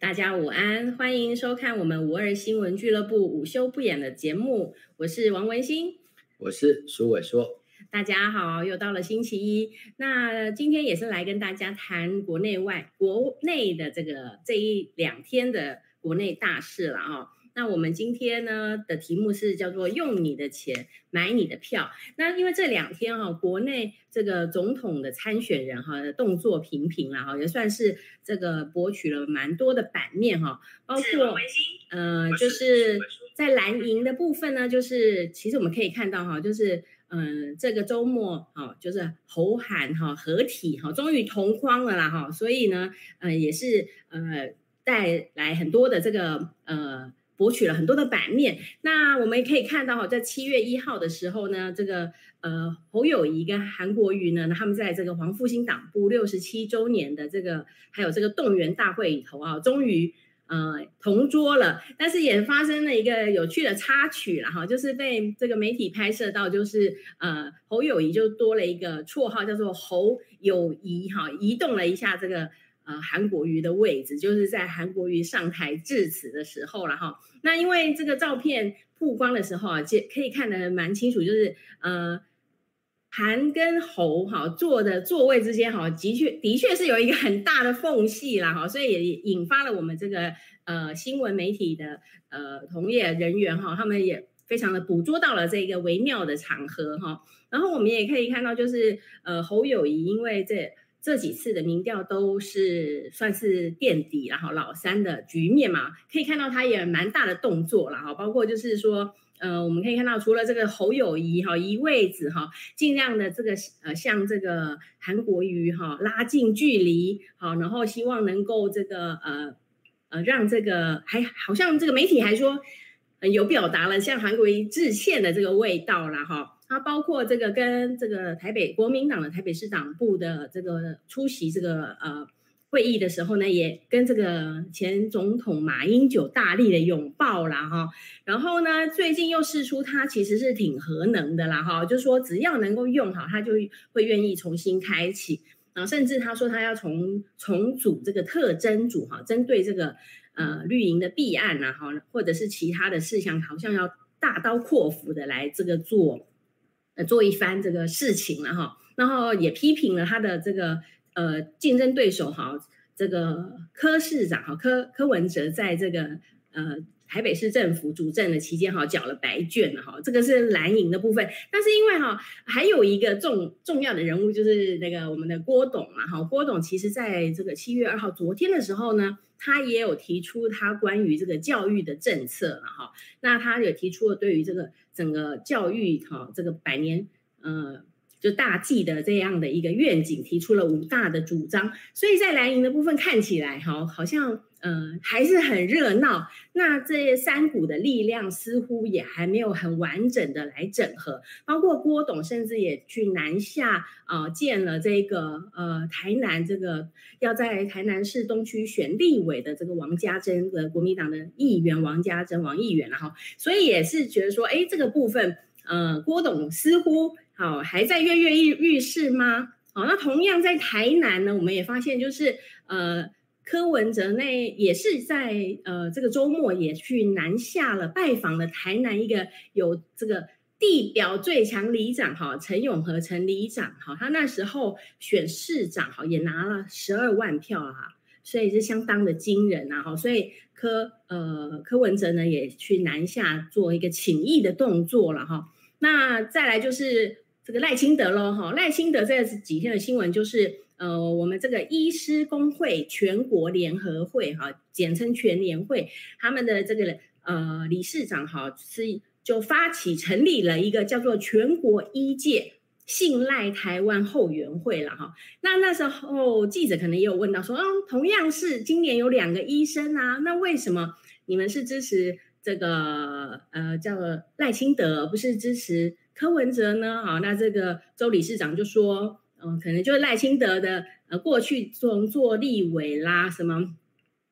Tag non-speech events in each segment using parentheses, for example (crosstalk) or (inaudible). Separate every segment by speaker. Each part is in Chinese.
Speaker 1: 大家午安，欢迎收看我们五二新闻俱乐部午休不演的节目，我是王文新。
Speaker 2: 我是苏伟硕。
Speaker 1: 大家好，又到了星期一，那今天也是来跟大家谈国内外、国内的这个这一两天的国内大事了哦。那我们今天呢的题目是叫做“用你的钱买你的票”。那因为这两天哈、哦，国内这个总统的参选人哈、动作频频啦哈，也算是这个博取了蛮多的版面哈、包括呃，就是在蓝营的部分呢，就是其实我们可以看到哈，就是嗯、呃这个周末哈、就是侯韩哈、合体哈、终于同框了啦哈、所以呢，呃，也是呃带来很多的这个呃。博取了很多的版面，那我们也可以看到哈，在七月一号的时候呢，这个呃侯友谊跟韩国瑜呢，他们在这个黄复兴党部六十七周年的这个还有这个动员大会里头啊，终于呃同桌了，但是也发生了一个有趣的插曲了哈，就是被这个媒体拍摄到，就是呃侯友谊就多了一个绰号叫做侯友谊哈，移动了一下这个。呃，韩国瑜的位置，就是在韩国瑜上台致辞的时候了哈。那因为这个照片曝光的时候啊，这可以看得蛮清楚，就是呃，韩跟侯哈坐的座位之间哈，的确的确是有一个很大的缝隙啦哈，所以也引发了我们这个呃新闻媒体的呃同业人员哈，他们也非常的捕捉到了这个微妙的场合哈。然后我们也可以看到，就是呃侯友谊因为这。这几次的民调都是算是垫底，然后老三的局面嘛，可以看到他也蛮大的动作了哈，包括就是说，呃，我们可以看到除了这个侯友谊哈移位置哈，尽量的这个呃向这个韩国瑜哈拉近距离，好，然后希望能够这个呃呃让这个还好像这个媒体还说呃有表达了向韩国瑜致歉的这个味道啦哈。它包括这个跟这个台北国民党的台北市党部的这个出席这个呃会议的时候呢，也跟这个前总统马英九大力的拥抱啦哈。然后呢，最近又试出他其实是挺核能的啦哈，就是说只要能够用好，他就会愿意重新开启。然后甚至他说他要重重组这个特征组哈，针对这个呃绿营的弊案啊哈，或者是其他的事项，好像要大刀阔斧的来这个做。呃做一番这个事情了哈，然后也批评了他的这个呃竞争对手哈，这个柯市长哈柯柯文哲在这个呃台北市政府主政的期间哈缴了白卷了哈，这个是蓝营的部分，但是因为哈还有一个重重要的人物就是那个我们的郭董嘛哈，郭董其实在这个七月二号昨天的时候呢，他也有提出他关于这个教育的政策了哈，那他也提出了对于这个整个教育哈、这个百年呃就大计的这样的一个愿景，提出了五大的主张。所以在蓝营的部分看起来哈，好像呃还是很热闹。那这三股的力量似乎也还没有很完整的来整合，包括郭董甚至也去南下啊、呃见了这个呃台南这个要在台南市东区选立委的这个王家珍的国民党的议员王家珍王议员，然后所以也是觉得说，哎，这个部分，呃，郭董似乎好、还在跃跃欲欲试吗？好、那同样在台南呢，我们也发现就是呃。柯文哲那也是在呃这个周末也去南下了，拜访了台南一个有这个地表最强里长哈陈永和陈里长哈，他那时候选市长哈也拿了十二万票啊，所以是相当的惊人啊！哈，所以柯呃柯文哲呢也去南下做一个请意的动作了哈。那再来就是这个赖清德喽哈，赖清德这几天的新闻就是呃，我们这个医师工会全国联合会哈，简称全联会，他们的这个呃理事长哈是就发起成立了一个叫做全国医界。信赖台湾后援会了哈，那那时候记者可能也有问到说，嗯，同样是今年有两个医生啊，那为什么你们是支持这个呃叫赖清德，而不是支持柯文哲呢？好，那这个周理事长就说，嗯、可能就是赖清德的呃过去从做立委啦什么。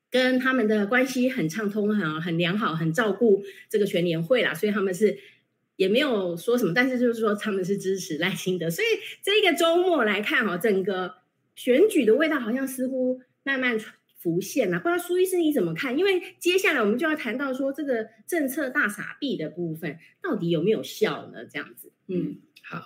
Speaker 1: 跟他们的关系很畅通，很很良好，很照顾这个全联会啦，所以他们是也没有说什么，但是就是说他们是支持赖清德，所以这个周末来看哦，整个选举的味道好像似乎慢慢传浮现啊。不知道苏医师你怎么看？因为接下来我们就要谈到说这个政策大傻逼的部分到底有没有效呢？这样子，嗯，
Speaker 2: 好，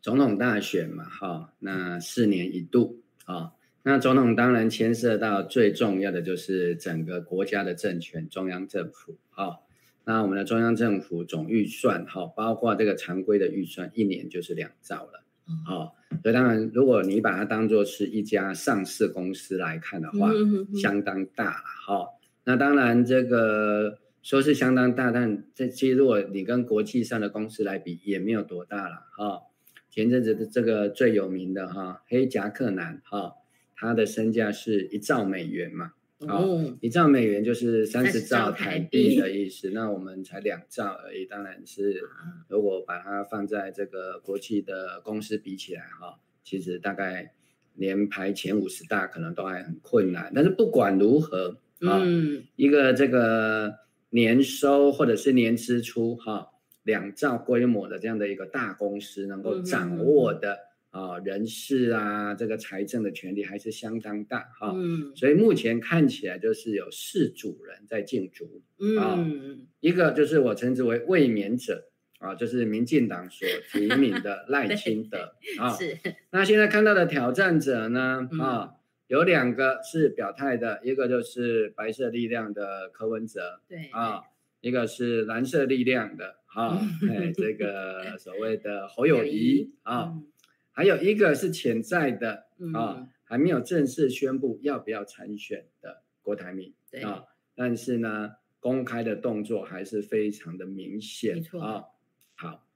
Speaker 2: 总统大选嘛，哈、那四年一度啊、那总统当然牵涉到最重要的就是整个国家的政权，中央政府啊、那我们的中央政府总预算哈、包括这个常规的预算，一年就是两兆了。哦，所以当然，如果你把它当做是一家上市公司来看的话，
Speaker 1: 嗯嗯嗯
Speaker 2: 相当大了哈、那当然，这个说是相当大，但这其实如果你跟国际上的公司来比，也没有多大了哈、前阵子的这个最有名的哈、黑夹克男哈、他的身价是一兆美元嘛，好
Speaker 1: 哦，
Speaker 2: 一兆美元就是三十
Speaker 1: 30兆
Speaker 2: 兆
Speaker 1: 台
Speaker 2: 台
Speaker 1: 币
Speaker 2: 币的意思，那我们才两兆而已，当然是
Speaker 1: 啊
Speaker 2: 如果把它放在这个国际的公司比起来哈，其实大概连排前五十大可能都还很困难。但是不管如何啊，
Speaker 1: 嗯，
Speaker 2: 一个这个年收或者是年支出哈两兆规模的这样的一个大公司能
Speaker 1: 嗯
Speaker 2: 够掌握的啊人事啊这个财政的权力还是相当大哈。
Speaker 1: 嗯
Speaker 2: 所以目前看起来就是有四组人在竞逐，啊
Speaker 1: 嗯，
Speaker 2: 一个就是我称之为卫冕者啊，就是民进党所提名的赖
Speaker 1: (laughs)
Speaker 2: 清德啊。
Speaker 1: 是，
Speaker 2: 那现在看到的挑战者呢
Speaker 1: 嗯
Speaker 2: 啊，有两个是表态的，一个就是白色力量的柯文哲
Speaker 1: 对，
Speaker 2: 啊，一个是蓝色力量的
Speaker 1: (laughs)
Speaker 2: 啊，哎，这个所谓的侯
Speaker 1: 侯
Speaker 2: 友
Speaker 1: 友
Speaker 2: 谊
Speaker 1: 宜
Speaker 2: 啊，
Speaker 1: 嗯
Speaker 2: 还有一个是潜在的啊
Speaker 1: 嗯，，
Speaker 2: 还没有正式宣布要不要参选的郭台铭
Speaker 1: 对，
Speaker 2: 啊，但是呢，公开的动作还是非常的明
Speaker 1: 没
Speaker 2: 显
Speaker 1: 错
Speaker 2: 啊。好，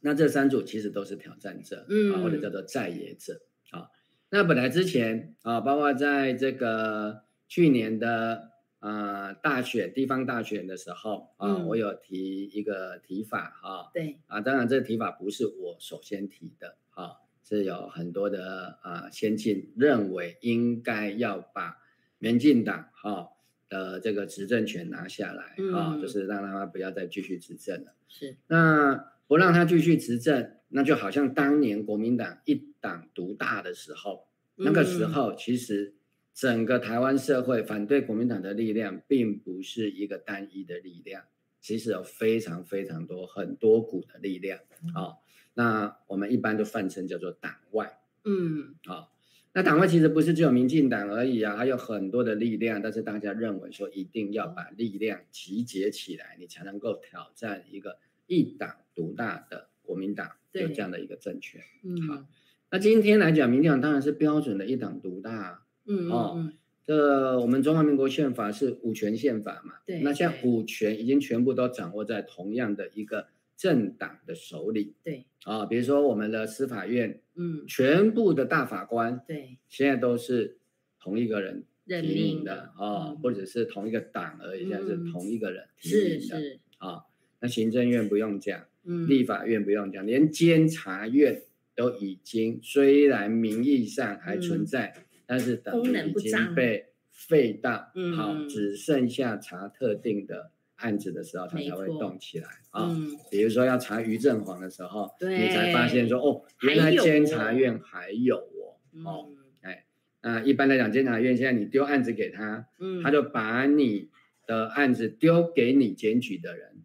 Speaker 2: 那这三组其实都是挑战者，啊，或者
Speaker 1: 嗯
Speaker 2: 叫做在野者啊。那本来之前啊，包括在这个去年的呃大选地方大选的时候啊，
Speaker 1: 嗯
Speaker 2: 我有提一个提法啊，
Speaker 1: 对，
Speaker 2: 啊，当然这个提法不是我首先提的啊，是有很多的啊先进认为应该要把民进党哈、的这个执政权拿下来啊，
Speaker 1: 嗯
Speaker 2: 就是让他不要再继续执政了。
Speaker 1: 是，
Speaker 2: 那不让他继续执政，那就好像当年国民党一党独大的时候，那个时
Speaker 1: 嗯
Speaker 2: 候其实。整个台湾社会反对国民党的力量，并不是一个单一的力量，其实有非常非常多很多股的力量
Speaker 1: 嗯
Speaker 2: 啊、那我们一般就泛称叫做党外
Speaker 1: 嗯
Speaker 2: 啊、那党外其实不是只有民进党而已啊，还有很多的力量，但是大家认为说一定要把力量集结起来，你才能够挑战一个一党独大的国民党有
Speaker 1: 对
Speaker 2: 这样的一个政权。
Speaker 1: 嗯
Speaker 2: 好那今天来讲，民进党当然是标准的一党独大、啊。
Speaker 1: 嗯
Speaker 2: 哦
Speaker 1: 嗯
Speaker 2: 这呃我们中华民国宪法是五权宪法嘛？
Speaker 1: 对
Speaker 2: 那像
Speaker 1: 对
Speaker 2: 五权已经全部都掌握在同样的一个政党的手里
Speaker 1: 对，
Speaker 2: 啊、比如说我们的司法院，
Speaker 1: 嗯
Speaker 2: 全部的大法官
Speaker 1: 对，
Speaker 2: 现在都是同一个人
Speaker 1: 任
Speaker 2: 提
Speaker 1: 命
Speaker 2: 名的啊、
Speaker 1: 嗯
Speaker 2: 或者是同一个党而已，现在是
Speaker 1: 嗯
Speaker 2: 同一个人提
Speaker 1: 是
Speaker 2: 名的
Speaker 1: 是，
Speaker 2: 啊、那行政院不用讲，
Speaker 1: 嗯，
Speaker 2: 立法院不用讲，连监察院都已经虽然名义上还存在，但是
Speaker 1: 嗯
Speaker 2: 等
Speaker 1: 功
Speaker 2: 于
Speaker 1: 能
Speaker 2: 已
Speaker 1: 不彰
Speaker 2: 经被废到，
Speaker 1: 嗯
Speaker 2: 好、
Speaker 1: 嗯
Speaker 2: 只剩下查特定的案子的时候，它
Speaker 1: 没
Speaker 2: 才会
Speaker 1: 错
Speaker 2: 动起来啊。
Speaker 1: 嗯，
Speaker 2: 比如说要查于正煌的时候，
Speaker 1: 对
Speaker 2: 你才发现说哦，原
Speaker 1: 还
Speaker 2: 来
Speaker 1: 有
Speaker 2: 监
Speaker 1: 哦
Speaker 2: 察院还有哦。哦，
Speaker 1: 嗯
Speaker 2: 那一般来讲，监察院现在你丢案子给他，
Speaker 1: 嗯，
Speaker 2: 他就把你的案子丢给你检举的人，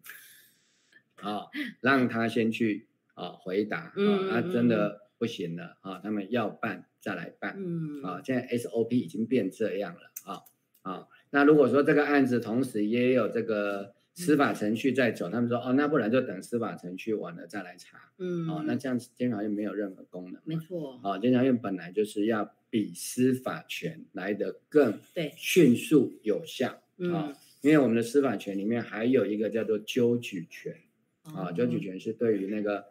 Speaker 2: 啊、让他先去啊、回答，啊、
Speaker 1: 嗯
Speaker 2: 啊
Speaker 1: 嗯
Speaker 2: 真的不行了啊、他们要办再来办，
Speaker 1: 嗯
Speaker 2: 啊，现在 SOP 已经变这样了啊啊。那如果说这个案子同时也有这个
Speaker 1: 嗯
Speaker 2: 司法程序在走，他们说哦，那不然就等司法程序完了再来查
Speaker 1: 嗯
Speaker 2: 哦，那这样子监察院没有任何功能
Speaker 1: 没
Speaker 2: 嘛。
Speaker 1: 错，
Speaker 2: 啊，监察院本来就是要比司法权来得更
Speaker 1: 对，
Speaker 2: 迅速有效
Speaker 1: 嗯
Speaker 2: 啊，因为我们的司法权里面还有一个叫做纠举权
Speaker 1: 哦
Speaker 2: 啊，纠举权是对于那个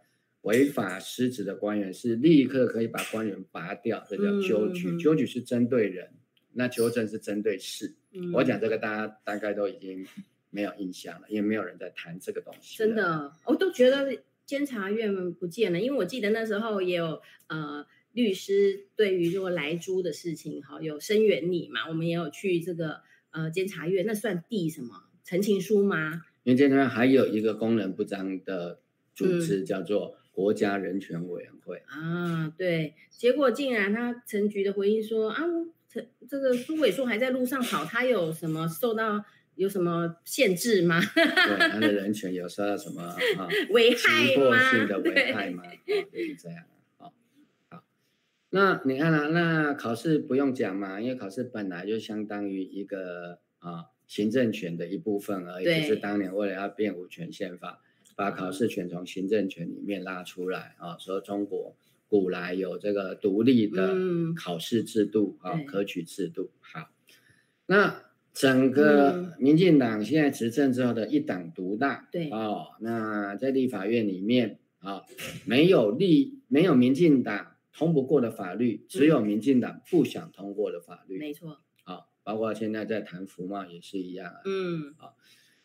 Speaker 2: 违法失职的官员是立刻可以把官员拔掉，这叫纠
Speaker 1: 嗯嗯
Speaker 2: 举。
Speaker 1: 嗯
Speaker 2: 纠举是针对人，那纠正是针对事。
Speaker 1: 嗯
Speaker 2: 我讲这个，大家大概都已经没有印象了，因为没有人在谈这个东西。
Speaker 1: 真，的，我都觉得监察院不见了，因为我记得那时候也有呃律师对于说来猪的事情哈有声援你嘛，我们也有去这个呃监察院，那算递什么陈情书吗？
Speaker 2: 因为监察院还有一个功能不彰的组
Speaker 1: 嗯
Speaker 2: 织，叫做国家人权委员会。
Speaker 1: 啊，对，结果竟然他陈局的回应说啊，这这个苏伟硕还在路上跑，他有什么受到有什么限制吗？ (laughs)
Speaker 2: 对他的人权有受到什么啊？
Speaker 1: 危
Speaker 2: 强
Speaker 1: 害
Speaker 2: 迫
Speaker 1: 吗？
Speaker 2: 性的危
Speaker 1: 对
Speaker 2: 害吗？啊，就是这样啊。好，好，那你看啊，那考试不用讲嘛，因为考试本来就相当于一个啊行政权的一部分而已，
Speaker 1: 对
Speaker 2: 只是当年为了要变五权宪法，把考试权从行政权里面拉出来啊，说中国古来有这个独立的
Speaker 1: 嗯
Speaker 2: 考试制度啊
Speaker 1: 对，
Speaker 2: 科举制度。好，那整
Speaker 1: 嗯
Speaker 2: 个民进党现在执政之后的一党独大，
Speaker 1: 对
Speaker 2: 哦，那在立法院里面啊、没有立没有民进党通不过的法律，只有民进党不想通过的法律
Speaker 1: 没错，
Speaker 2: 啊、包括现在在谈服贸也是一样啊。
Speaker 1: 嗯，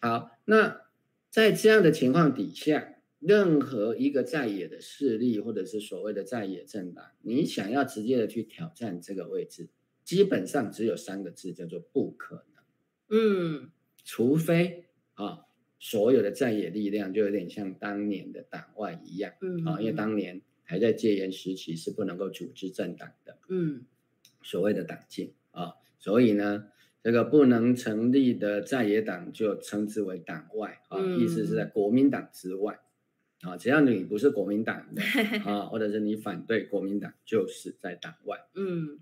Speaker 2: 好，那在这样的情况底下，任何一个在野的势力或者是所谓的在野政党，你想要直接的去挑战这个位置，基本上只有三个字，叫做不可能。
Speaker 1: 嗯，
Speaker 2: 除非啊，所有的在野力量就有点像当年的党外一样
Speaker 1: 嗯，
Speaker 2: 啊，因为当年还在戒严时期是不能够组织政党的，
Speaker 1: 嗯
Speaker 2: 所谓的党禁啊，所以呢，这个不能成立的在野党就称之为党外啊，
Speaker 1: 嗯
Speaker 2: 意思是在国民党之外啊，只要你不是国民党的
Speaker 1: 嗯
Speaker 2: 啊，或者是你反对国民党，就是在党外。
Speaker 1: 嗯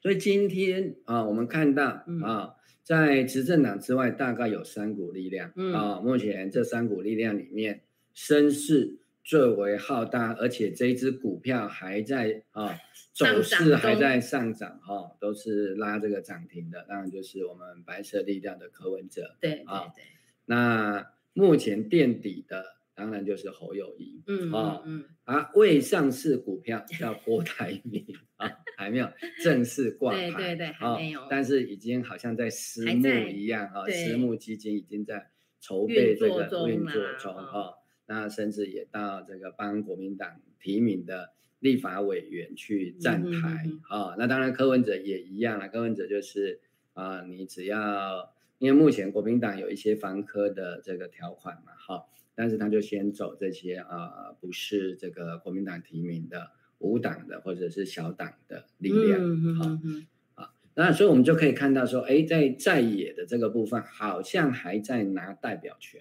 Speaker 2: 所以今天啊，我们看到
Speaker 1: 嗯
Speaker 2: 啊，在执政党之外，大概有三股力量
Speaker 1: 嗯
Speaker 2: 啊。目前这三股力量里面，绅士最为浩大，而且这一只股票还在啊走
Speaker 1: 上涨
Speaker 2: 势还
Speaker 1: 中
Speaker 2: 在上涨哈、都是拉这个涨停的。当然就是我们白色力量的柯文哲。
Speaker 1: 对对
Speaker 2: 啊
Speaker 1: 对，
Speaker 2: 那目前垫底的，当然就是侯友谊。
Speaker 1: 嗯
Speaker 2: 啊
Speaker 1: 嗯嗯
Speaker 2: 啊，未上市股票叫郭台铭 (laughs) 啊，还没有正式挂牌，
Speaker 1: 对对对还
Speaker 2: 啊
Speaker 1: 没有
Speaker 2: 但是已经好像在私
Speaker 1: 还
Speaker 2: 募
Speaker 1: 在
Speaker 2: 一样啊，
Speaker 1: 对
Speaker 2: 私募基金已经在筹
Speaker 1: 运
Speaker 2: 备这
Speaker 1: 作
Speaker 2: 个
Speaker 1: 中
Speaker 2: 运
Speaker 1: 啦
Speaker 2: 作中
Speaker 1: 嗯
Speaker 2: 啊，那甚至也到这个帮国民党提名的立法委员去站
Speaker 1: 嗯哼
Speaker 2: 台
Speaker 1: 嗯
Speaker 2: 啊，那当然柯文哲也一样啦，柯文哲就是啊，你只要因为目前国民党有一些防科的这个条款嘛，哈、但是他就先走这些啊、呃不是这个国民党提名的无党的或者是小党的力量。
Speaker 1: 嗯
Speaker 2: 好
Speaker 1: 嗯嗯
Speaker 2: 那所以我们就可以看到说，哎，在在野的这个部分，好像还在拿代表权，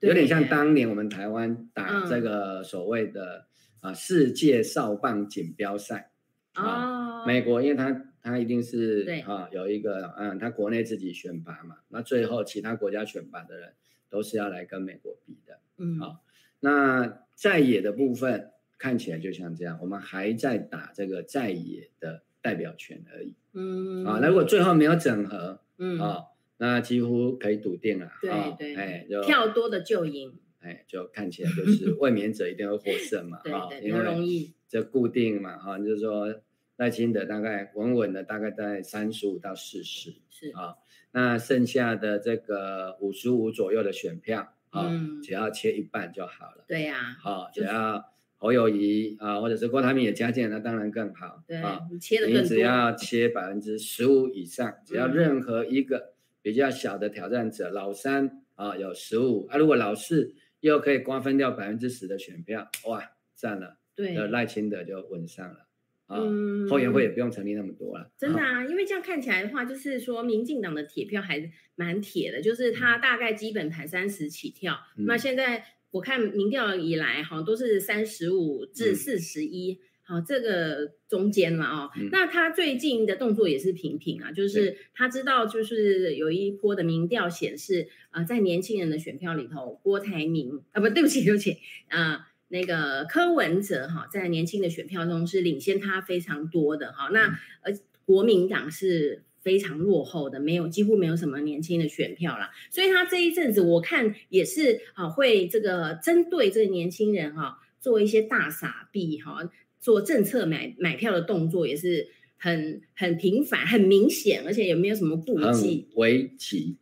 Speaker 2: 有点像
Speaker 1: 对
Speaker 2: 当年我们台湾打
Speaker 1: 嗯
Speaker 2: 这个所谓的啊、世界少棒锦标赛啊，
Speaker 1: 哦，
Speaker 2: 美国因为它它一定是
Speaker 1: 对
Speaker 2: 啊有一个嗯，它国内自己选拔嘛，那最后其他国家选拔的人都是要来跟美国比的。
Speaker 1: 嗯
Speaker 2: 好那在野的部分看起来就像这样，我们还在打这个在野的代表权而已
Speaker 1: 嗯
Speaker 2: 啊。那如果最后没有整合
Speaker 1: 嗯
Speaker 2: 啊，那几乎可以笃定了
Speaker 1: 对
Speaker 2: 啊，
Speaker 1: 对
Speaker 2: 哎，就
Speaker 1: 票多的就赢，
Speaker 2: 哎，就看起来就是卫冕者一定会获胜嘛
Speaker 1: (laughs) 对
Speaker 2: 啊，
Speaker 1: 对，比
Speaker 2: 因
Speaker 1: 较容
Speaker 2: 为
Speaker 1: 易，
Speaker 2: 这固定嘛哈，就是说赖清德大概稳稳的大概在三十五到四十
Speaker 1: 是
Speaker 2: 啊，那剩下的这个五十五左右的选票啊，
Speaker 1: 嗯，
Speaker 2: 只要切一半就好了。
Speaker 1: 对啊呀，
Speaker 2: 好、只
Speaker 1: 就是
Speaker 2: 要侯友谊啊、或者是郭台铭也加进来，那当然更好。
Speaker 1: 对
Speaker 2: 啊，，
Speaker 1: 你切的
Speaker 2: 你
Speaker 1: 更
Speaker 2: 只
Speaker 1: 多，
Speaker 2: 要切百分之十五以上，只要
Speaker 1: 嗯
Speaker 2: 任何一个比较小的挑战者，老三啊有十五啊，如果老四又可以瓜分掉百分之十的选票，哇，赞了，
Speaker 1: 对，
Speaker 2: 那赖清德就稳上了啊。
Speaker 1: 嗯，
Speaker 2: 后援会也不用成立那么多了，
Speaker 1: 真的
Speaker 2: 啊
Speaker 1: 啊，因为这样看起来的话，就是说民进党的铁票还蛮铁的，就是它大概基本盘三十起跳。
Speaker 2: 嗯
Speaker 1: 那现在我看民调以来，哈，都是三十五至
Speaker 2: 嗯
Speaker 1: 四十一，好，这个中间了哦。
Speaker 2: 嗯
Speaker 1: 那他最近的动作也是频频啊，就是他知道，就是有一波的民调显示，呃，在年轻人的选票里头，郭台铭啊，不对不起，对不起，啊、那个柯文哲哈，在年轻的选票中是领先他非常多的哈。那而国民党是非常落后的，没有几乎没有什么年轻的选票啦。所以他这一阵子我看也是啊，会这个针对这个年轻人哈、做一些大傻逼哈、做政策买买票的动作也是很很频繁、很明显，而且也没有什么顾忌
Speaker 2: 很。危急，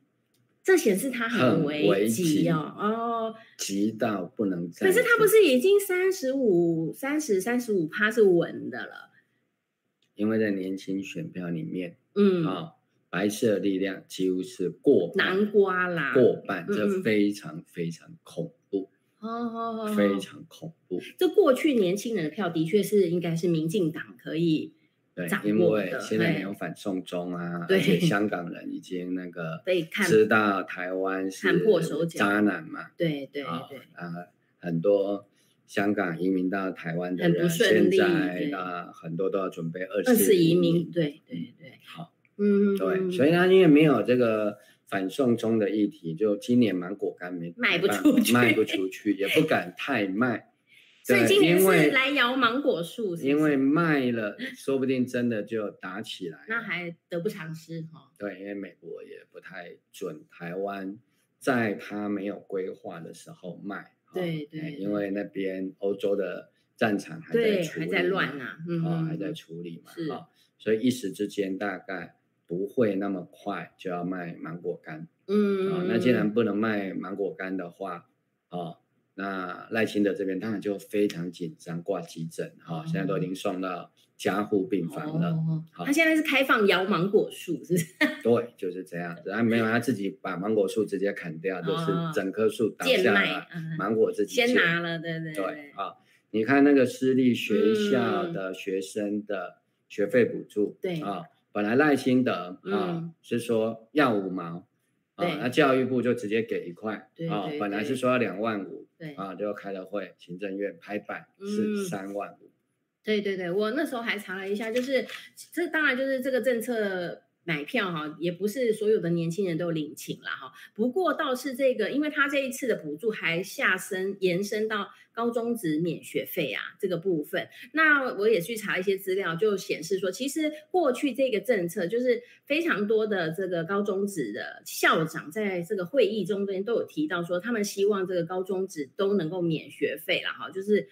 Speaker 1: 这显示他
Speaker 2: 啊很
Speaker 1: 很
Speaker 2: 危
Speaker 1: 危
Speaker 2: 急
Speaker 1: 机哦哦，
Speaker 2: 急到不能再急。
Speaker 1: 可是他不是已经三十五、三十、三十五趴是稳的了？
Speaker 2: 因为在年轻选票里面
Speaker 1: 嗯，
Speaker 2: 啊、白色力量几乎是过半
Speaker 1: 南瓜啦，
Speaker 2: 过半，这
Speaker 1: 嗯嗯
Speaker 2: 非常非常恐怖，
Speaker 1: 哦哦哦，
Speaker 2: 非
Speaker 1: 哦
Speaker 2: 常恐怖。
Speaker 1: 这过去年轻人的票的确是应该是民进党可以
Speaker 2: 对
Speaker 1: 掌，
Speaker 2: 因
Speaker 1: 握
Speaker 2: 为
Speaker 1: 的
Speaker 2: 现在
Speaker 1: 嘿
Speaker 2: 没有反送中
Speaker 1: (laughs)
Speaker 2: 啊，
Speaker 1: 对
Speaker 2: 而且香港人已经那个
Speaker 1: 被看
Speaker 2: 知道台湾是
Speaker 1: 看破手脚
Speaker 2: 渣男嘛，
Speaker 1: 对对
Speaker 2: 啊
Speaker 1: 对，
Speaker 2: 啊，很多香港移民到台湾的
Speaker 1: 很不
Speaker 2: 人，
Speaker 1: 顺
Speaker 2: 现
Speaker 1: 利
Speaker 2: 在
Speaker 1: 对
Speaker 2: 啊很多都要准备二
Speaker 1: 二
Speaker 2: 次
Speaker 1: 次移
Speaker 2: 民
Speaker 1: 民，，对对对，
Speaker 2: 好，
Speaker 1: 嗯，
Speaker 2: 对，所
Speaker 1: 以
Speaker 2: 以呢，因为没有这个反送中的议题，就今年芒果干没
Speaker 1: 卖
Speaker 2: 没
Speaker 1: 不
Speaker 2: 办
Speaker 1: 出
Speaker 2: 法
Speaker 1: 去
Speaker 2: 卖不出去，也不敢太卖，
Speaker 1: 所以
Speaker 2: 对
Speaker 1: 今年
Speaker 2: 因为
Speaker 1: 是来摇芒果树是不是，
Speaker 2: 因为卖了，说不定真的就打起来了。
Speaker 1: 那还得不偿失哈。
Speaker 2: 对，因为美国也不太准台湾，在它没有规划的时候卖。哦
Speaker 1: 对
Speaker 2: 哎
Speaker 1: 对
Speaker 2: 因为那边欧洲的战场还在
Speaker 1: 对，
Speaker 2: 处理
Speaker 1: 还
Speaker 2: 嘛，
Speaker 1: 在乱呐、嗯
Speaker 2: 啊、
Speaker 1: 嗯，
Speaker 2: 还在
Speaker 1: 嗯
Speaker 2: 处理嘛，
Speaker 1: 是
Speaker 2: 啊、所以一时之间大概不会那么快就要卖芒果干啊、
Speaker 1: 嗯，
Speaker 2: 那既然不能卖芒果干的话，啊、那赖清德这边当然就非常紧张，挂急诊哈、
Speaker 1: 哦
Speaker 2: 现在都已经送到加护病房了。
Speaker 1: 哦
Speaker 2: 好
Speaker 1: 他现在是开放摇芒果树，是不是？
Speaker 2: 对，就是这样子。他没有他自己把芒果树直接砍掉，就是
Speaker 1: 哦
Speaker 2: 整棵树倒
Speaker 1: 贱
Speaker 2: 下
Speaker 1: 卖
Speaker 2: 来，，
Speaker 1: 嗯
Speaker 2: 芒果自己
Speaker 1: 先
Speaker 2: 捡
Speaker 1: 拿了，对对
Speaker 2: 对啊，你看那个私立学校
Speaker 1: 嗯
Speaker 2: 的学生的学费补助，
Speaker 1: 对
Speaker 2: 啊，本来赖清德啊
Speaker 1: 嗯
Speaker 2: 是说要五毛，
Speaker 1: 对
Speaker 2: 啊，那教育部就直接给一块
Speaker 1: 对，
Speaker 2: 啊
Speaker 1: 对，
Speaker 2: 本来
Speaker 1: 对
Speaker 2: 是说要两万五，
Speaker 1: 对
Speaker 2: 啊，就开了会，行政院拍板
Speaker 1: 嗯
Speaker 2: 是三万五，
Speaker 1: 对对对，我那时候还查了一下，就是这当然就是这个政策买票哈，也不是所有的年轻人都领情啦哈。不过倒是这个，因为他这一次的补助还下升延伸到高中职免学费啊这个部分。那我也去查一些资料，就显示说，其实过去这个政策就是非常多的这个高中职的校长在这个会议中间都有提到说，他们希望这个高中职都能够免学费啦哈，就是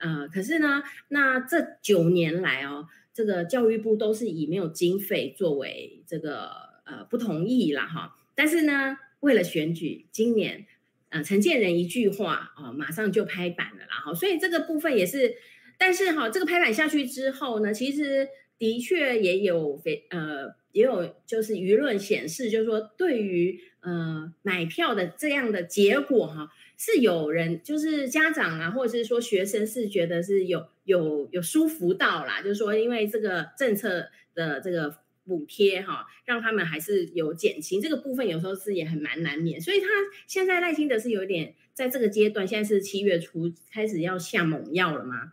Speaker 1: 呃，可是呢，那这九年来哦，这个教育部都是以没有经费作为这个呃不同意啦哈。但是呢，为了选举，今年呃陈建仁一句话哦，马上就拍板了啦哈。所以这个部分也是，但是哈、这个拍板下去之后呢，其实的确也有非呃。也有就是舆论显示，就是说对于呃买票的这样的结果哈、是有人就是家长啊，或者是说学生是觉得是有有有舒服到啦，就是说因为这个政策的这个补贴哈、让他们还是有减轻这个部分，有时候是也很蛮难免。所以他现在赖清德是有点在这个阶段，现在是七月初开始要下猛药了吗？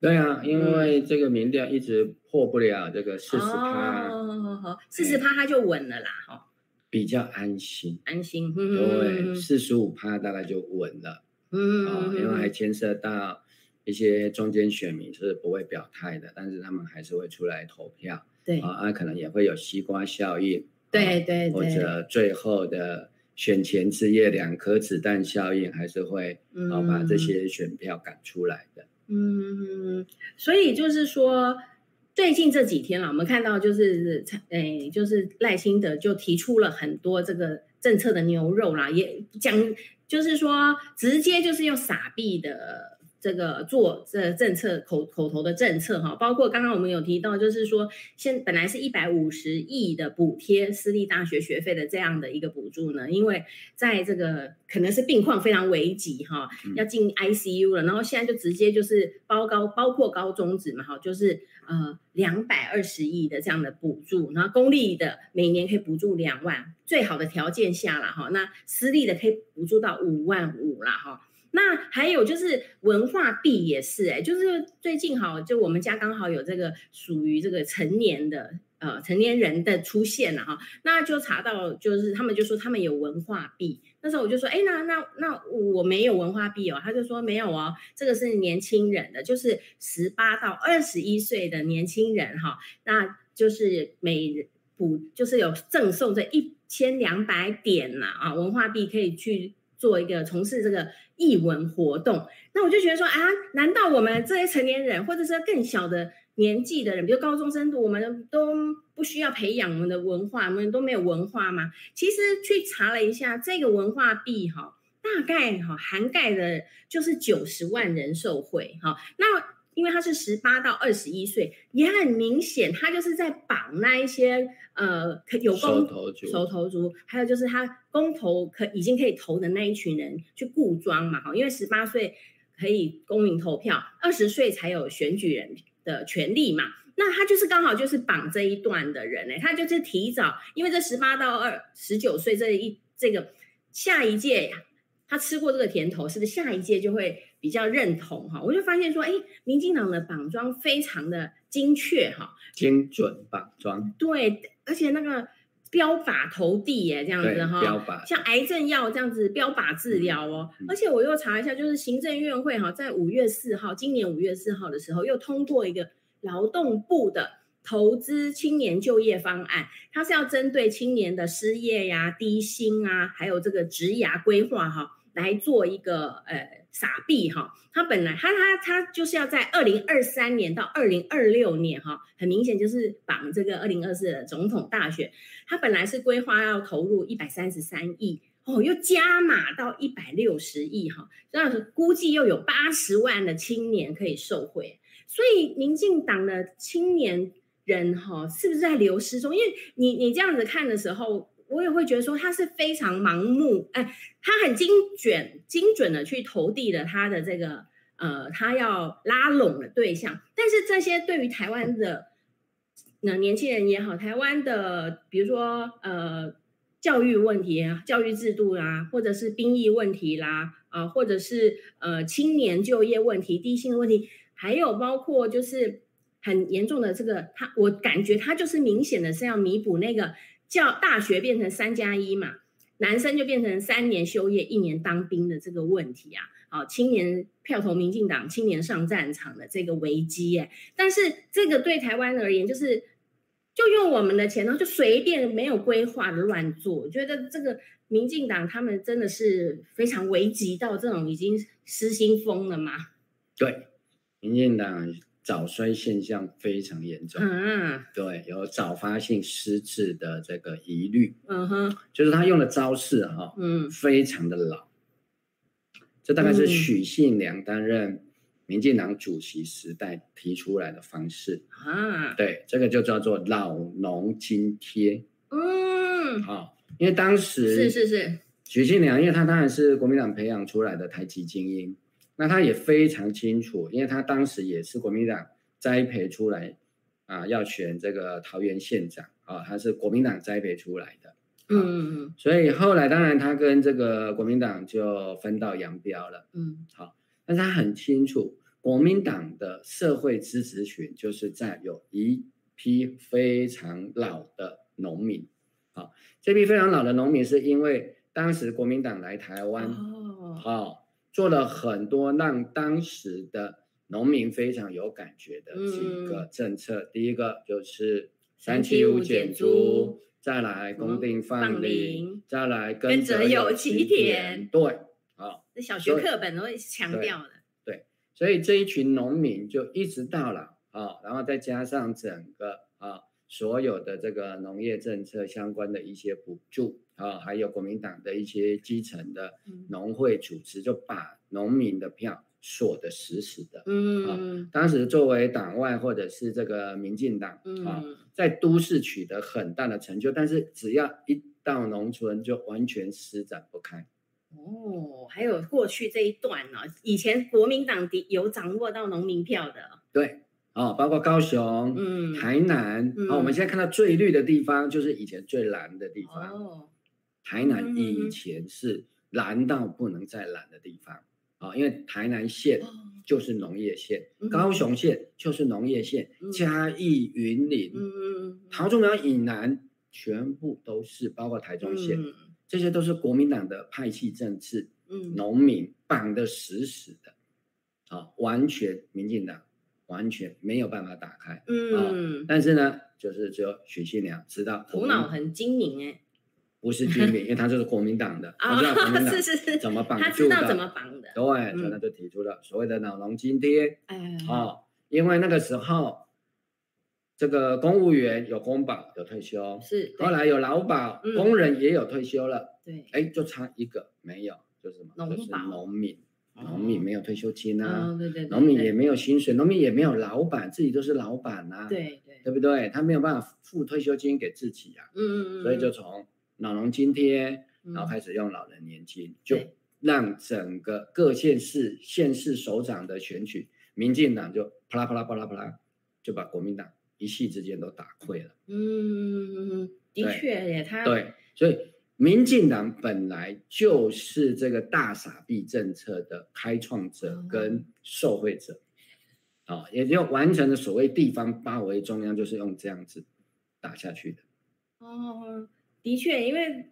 Speaker 2: 对啊，因
Speaker 1: 嗯
Speaker 2: 为这个民调一直破不了这个四十趴，
Speaker 1: 哦，四十趴他就稳了啦，哈、
Speaker 2: 比较安心。
Speaker 1: 安心。嗯
Speaker 2: 对，
Speaker 1: 嗯
Speaker 2: 四十五趴大概就稳了啊、
Speaker 1: 嗯，
Speaker 2: 因为还牵涉到一些中间选民是不会表态的，但是他们还是会出来投票啊，
Speaker 1: 对
Speaker 2: 啊，可能也会有西瓜效应，啊
Speaker 1: 对对
Speaker 2: 或
Speaker 1: 对，
Speaker 2: 者最后的选前之夜两颗子弹效应，还是会啊把这些选票赶出来的。
Speaker 1: 嗯，所以就是说，最近这几天了，我们看到就是，诶、就是赖清德就提出了很多这个政策的牛肉啦，也讲就是说，直接就是用傻币的这个做这政策口口头的政策哈，包括刚刚我们有提到，就是说现本来是一百五十亿的补贴私立大学学费的这样的一个补助呢，因为在这个可能是病况非常危急哈，
Speaker 2: 嗯
Speaker 1: 要进 ICU 了，然后现在就直接就是包高包括高中职嘛哈，就是呃两百二十亿的这样的补助，然后公立的每年可以补助两万，最好的条件下啦哈，那私立的可以补助到五万五啦哈。那还有就是文化币也是哎、就是最近好，就我们家刚好有这个属于这个成年的呃成年人的出现了哈，那就查到就是他们就说他们有文化币，那时候我就说哎那那那我没有文化币哦，他就说没有哦，这个是年轻人的，就是十八到二十一岁的年轻人哈，那就是每补就是有赠送这一千两百点呐啊文化币可以去做一个从事这个艺文活动。那我就觉得说啊，难道我们这些成年人或者是更小的年纪的人，比如高中生，我们都不需要培养我们的文化，我们都没有文化吗？其实去查了一下这个文化币哈、大概哈、涵盖的就是九十万人受惠哈、那因为他是十八到二十一岁，也很明显，他就是在绑那一些呃可有
Speaker 2: 手
Speaker 1: 工
Speaker 2: 头族
Speaker 1: 手头族，还有就是他公投可已经可以投的那一群人去固装嘛哈，因为十八岁可以公民投票，二十岁才有选举人的权利嘛。那他就是刚好就是绑这一段的人呢、欸他就是提早，因为这十八到二十九岁这一这个下一届呀，他吃过这个甜头，是不是下一届就会比较认同哈？我就发现说，哎，民进党的绑桩非常的精确哈，
Speaker 2: 精准绑桩，
Speaker 1: 对，而且那个标靶投递耶，这样
Speaker 2: 对
Speaker 1: 子哈，
Speaker 2: 标靶，
Speaker 1: 像癌症药这样子标靶治疗哦。
Speaker 2: 嗯嗯
Speaker 1: 而且我又查一下，就是行政院会哈，在五月四号，今年五月四号的时候，又通过一个劳动部的投资青年就业方案，它是要针对青年的失业呀、低薪啊，还有这个职涯规划哈、来做一个呃撒币哈，它本来它它它就是要在二零二三年到二零二六年哈，很明显就是绑这个二零二四的总统大选，它本来是规划要投入一百三十三亿哦，又加码到一百六十亿哈，那估计又有八十万的青年可以受惠，所以民进党的青年人哈、是不是在流失中？因为你你这样子看的时候，我也会觉得说他是非常盲目，哎，他很精准精准的去投递了他的这个呃，他要拉拢的对象，但是这些对于台湾的那年轻人也好，台湾的比如说呃教育问题啊、教育制度啦、或者是兵役问题啦，啊、或者是呃青年就业问题、低薪的问题，还有包括就是很严重的这个，他我感觉他就是明显的是要弥补那个教大学变成三加一嘛，男生就变成三年休业、一年当兵的这个问题啊。好，青年票投民进党，青年上战场的这个危机耶、但是这个对台湾而言，就是就用我们的钱，然后就随便没有规划的乱做。我觉得这个民进党他们真的是非常危急到这种已经失心疯了嘛？
Speaker 2: 对，民进党早衰现象非常严重，
Speaker 1: 嗯
Speaker 2: 对，有早发性失智的这个疑虑，
Speaker 1: 嗯哼
Speaker 2: 就是他用的招式哈、
Speaker 1: 嗯
Speaker 2: 非常的老。这大概
Speaker 1: 嗯
Speaker 2: 是许信良担任民进党主席时代提出来的方式。
Speaker 1: 啊
Speaker 2: 对，这个就叫做老农津贴
Speaker 1: 嗯，
Speaker 2: 啊、因为当时
Speaker 1: 是是是，
Speaker 2: 许信良，因为他当然是国民党培养出来的台籍精英，那他也非常清楚，因为他当时也是国民党栽培出来啊、要选这个桃园县长啊、他是国民党栽培出来的。
Speaker 1: 嗯嗯
Speaker 2: 所以后来当然他跟这个国民党就分道扬镳了，
Speaker 1: 嗯
Speaker 2: 但是他很清楚，国民党的社会支持群就是在有一批非常老的农民，好、这批非常老的农民是因为当时国民党来台湾，
Speaker 1: 嗯，哦，
Speaker 2: 好、做了很多让当时的农民非常有感觉的几个政策。第一个就是三七五减
Speaker 1: 三七五减
Speaker 2: 租
Speaker 1: 租，
Speaker 2: 再来公定放
Speaker 1: 放
Speaker 2: 领
Speaker 1: 领，
Speaker 2: 再来
Speaker 1: 跟
Speaker 2: 者
Speaker 1: 者有
Speaker 2: 其
Speaker 1: 其
Speaker 2: 田。
Speaker 1: 田
Speaker 2: 对，好、
Speaker 1: 这小学课本都会强调的，
Speaker 2: 所以这一群农民就一直到了啊、然后再加上整个啊、所有的这个农业政策相关的一些补助啊、还有国民党的一些基层的
Speaker 1: 嗯
Speaker 2: 农会组织，就把农民的票锁得死死的。
Speaker 1: 嗯
Speaker 2: 当时作为党外或者是这个民进党啊，
Speaker 1: 嗯
Speaker 2: 在都市取得很大的成就，但是只要一到农村就完全施展不开。
Speaker 1: 哦，还有过去这一段呢、哦，以前国民党的有掌握到农民票的，
Speaker 2: 对，哦，包括高雄、
Speaker 1: 嗯，
Speaker 2: 台南啊、我们
Speaker 1: 嗯
Speaker 2: 现在看到最绿的地方，就是以前最蓝的地方。
Speaker 1: 哦，
Speaker 2: 台南
Speaker 1: 嗯嗯
Speaker 2: 以
Speaker 1: 嗯
Speaker 2: 前是蓝到不能再蓝的地方啊、因为台南县
Speaker 1: 哦
Speaker 2: 就是农业县，
Speaker 1: 嗯
Speaker 2: 高雄县就是农业县，
Speaker 1: 嗯
Speaker 2: 嘉义、云林、
Speaker 1: 嗯，
Speaker 2: 桃竹苗以南全部都是，包括台中县，
Speaker 1: 嗯
Speaker 2: 这些都是国民党的派系政治，
Speaker 1: 嗯，
Speaker 2: 农民绑得死死的，啊、完全民进党完全没有办法打开。
Speaker 1: 嗯，
Speaker 2: 但是呢，就是只有许信良知道
Speaker 1: 头脑很精明哎，
Speaker 2: 不是军民，因为他就是国民党的，他知道国民党
Speaker 1: 哦 (laughs) 是是是，
Speaker 2: (laughs) 怎么绑
Speaker 1: 他
Speaker 2: 住
Speaker 1: 知道
Speaker 2: 的
Speaker 1: 怎么嗯绑的，
Speaker 2: 对，所以他就提出了所谓的“老农津贴
Speaker 1: 哎”，
Speaker 2: 哦，因为那个时候这个公务员有公保有退休，
Speaker 1: 是，对
Speaker 2: 后来有劳保，
Speaker 1: 嗯
Speaker 2: 工人也有退休了，
Speaker 1: 对，
Speaker 2: 哎，就差一个没有，就是什么？
Speaker 1: 农
Speaker 2: 就是
Speaker 1: 保
Speaker 2: 农民，
Speaker 1: 哦
Speaker 2: 农民没有退休金啊，
Speaker 1: 哦，对对，对
Speaker 2: 农民
Speaker 1: 对
Speaker 2: 也没有薪水，农民也没有老板，自己都是老板啊，
Speaker 1: 对对，
Speaker 2: 对不对？他没有办法付退休金给自己啊，
Speaker 1: 嗯嗯嗯，
Speaker 2: 所以就从老农津贴，
Speaker 1: 嗯
Speaker 2: 然后开始用老人年金，就
Speaker 1: 对
Speaker 2: 让整个各县市县市首长的选举，民进党就啪啦啪啦啪啦啪啦就把国民党一夕之间都打溃了。
Speaker 1: 嗯，的
Speaker 2: 对
Speaker 1: 确耶，他
Speaker 2: 对，所以民进党本来就是这个大傻逼政策的开创者
Speaker 1: 哦
Speaker 2: 跟受惠者，啊、也就完成了所谓地方包围中央，就是用这样子打下去的。
Speaker 1: 哦，的确，因为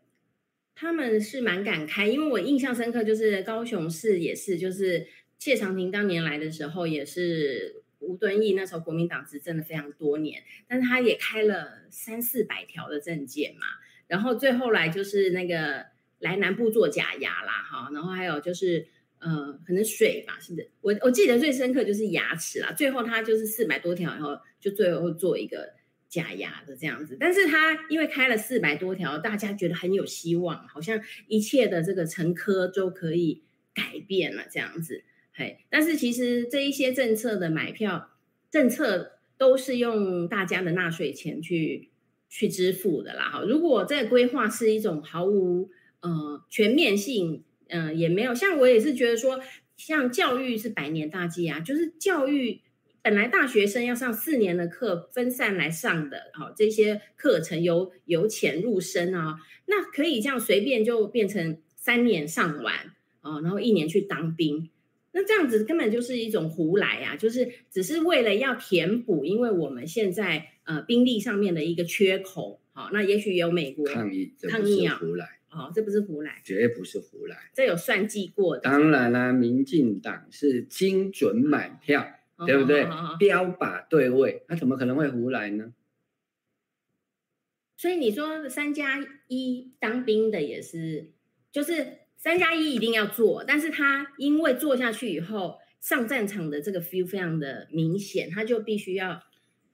Speaker 1: 他们是蛮敢开，因为我印象深刻，就是高雄市也是，就是谢长廷当年来的时候，也是吴敦义那时候国民党执政了非常多年，但是他也开了三四百条的证件嘛，然后最后来就是那个来南部做假牙啦，哈，然后还有就是。呃，可能水吧，是不是？我我记得最深刻就是牙齿啦，最后他就是四百多条，然后就最后做一个假牙的这样子。但是他因为开了四百多条，大家觉得很有希望，好像一切的这个成科都可以改变了这样子。嘿，但是其实这一些政策的买票政策都是用大家的纳税钱去去支付的啦。哈，如果这个规划是一种毫无呃全面性，呃，也没有像我也是觉得说，像教育是百年大计啊，就是教育本来大学生要上四年的课，分散来上的，好、这些课程由由浅入深啊、那可以这样随便就变成三年上完哦，然后一年去当兵。那这样子根本就是一种胡来啊，就是只是为了要填补，因为我们现在呃兵力上面的一个缺口，好、那也许有美国
Speaker 2: 抗议，这
Speaker 1: 抗
Speaker 2: 不
Speaker 1: 议
Speaker 2: 是
Speaker 1: 啊
Speaker 2: 胡来，
Speaker 1: 哦，这不是胡来，
Speaker 2: 绝对不是胡来。
Speaker 1: 这有算计过的，
Speaker 2: 当然啦、民进党是精准买票，
Speaker 1: 哦
Speaker 2: 对不对
Speaker 1: 好好好？
Speaker 2: 标靶对位，那、怎么可能会胡来呢？
Speaker 1: 所以你说三加一当兵的也是，就是三加一一定要做，但是他因为做下去以后，上战场的这个 feel 非常的明显，他就必须要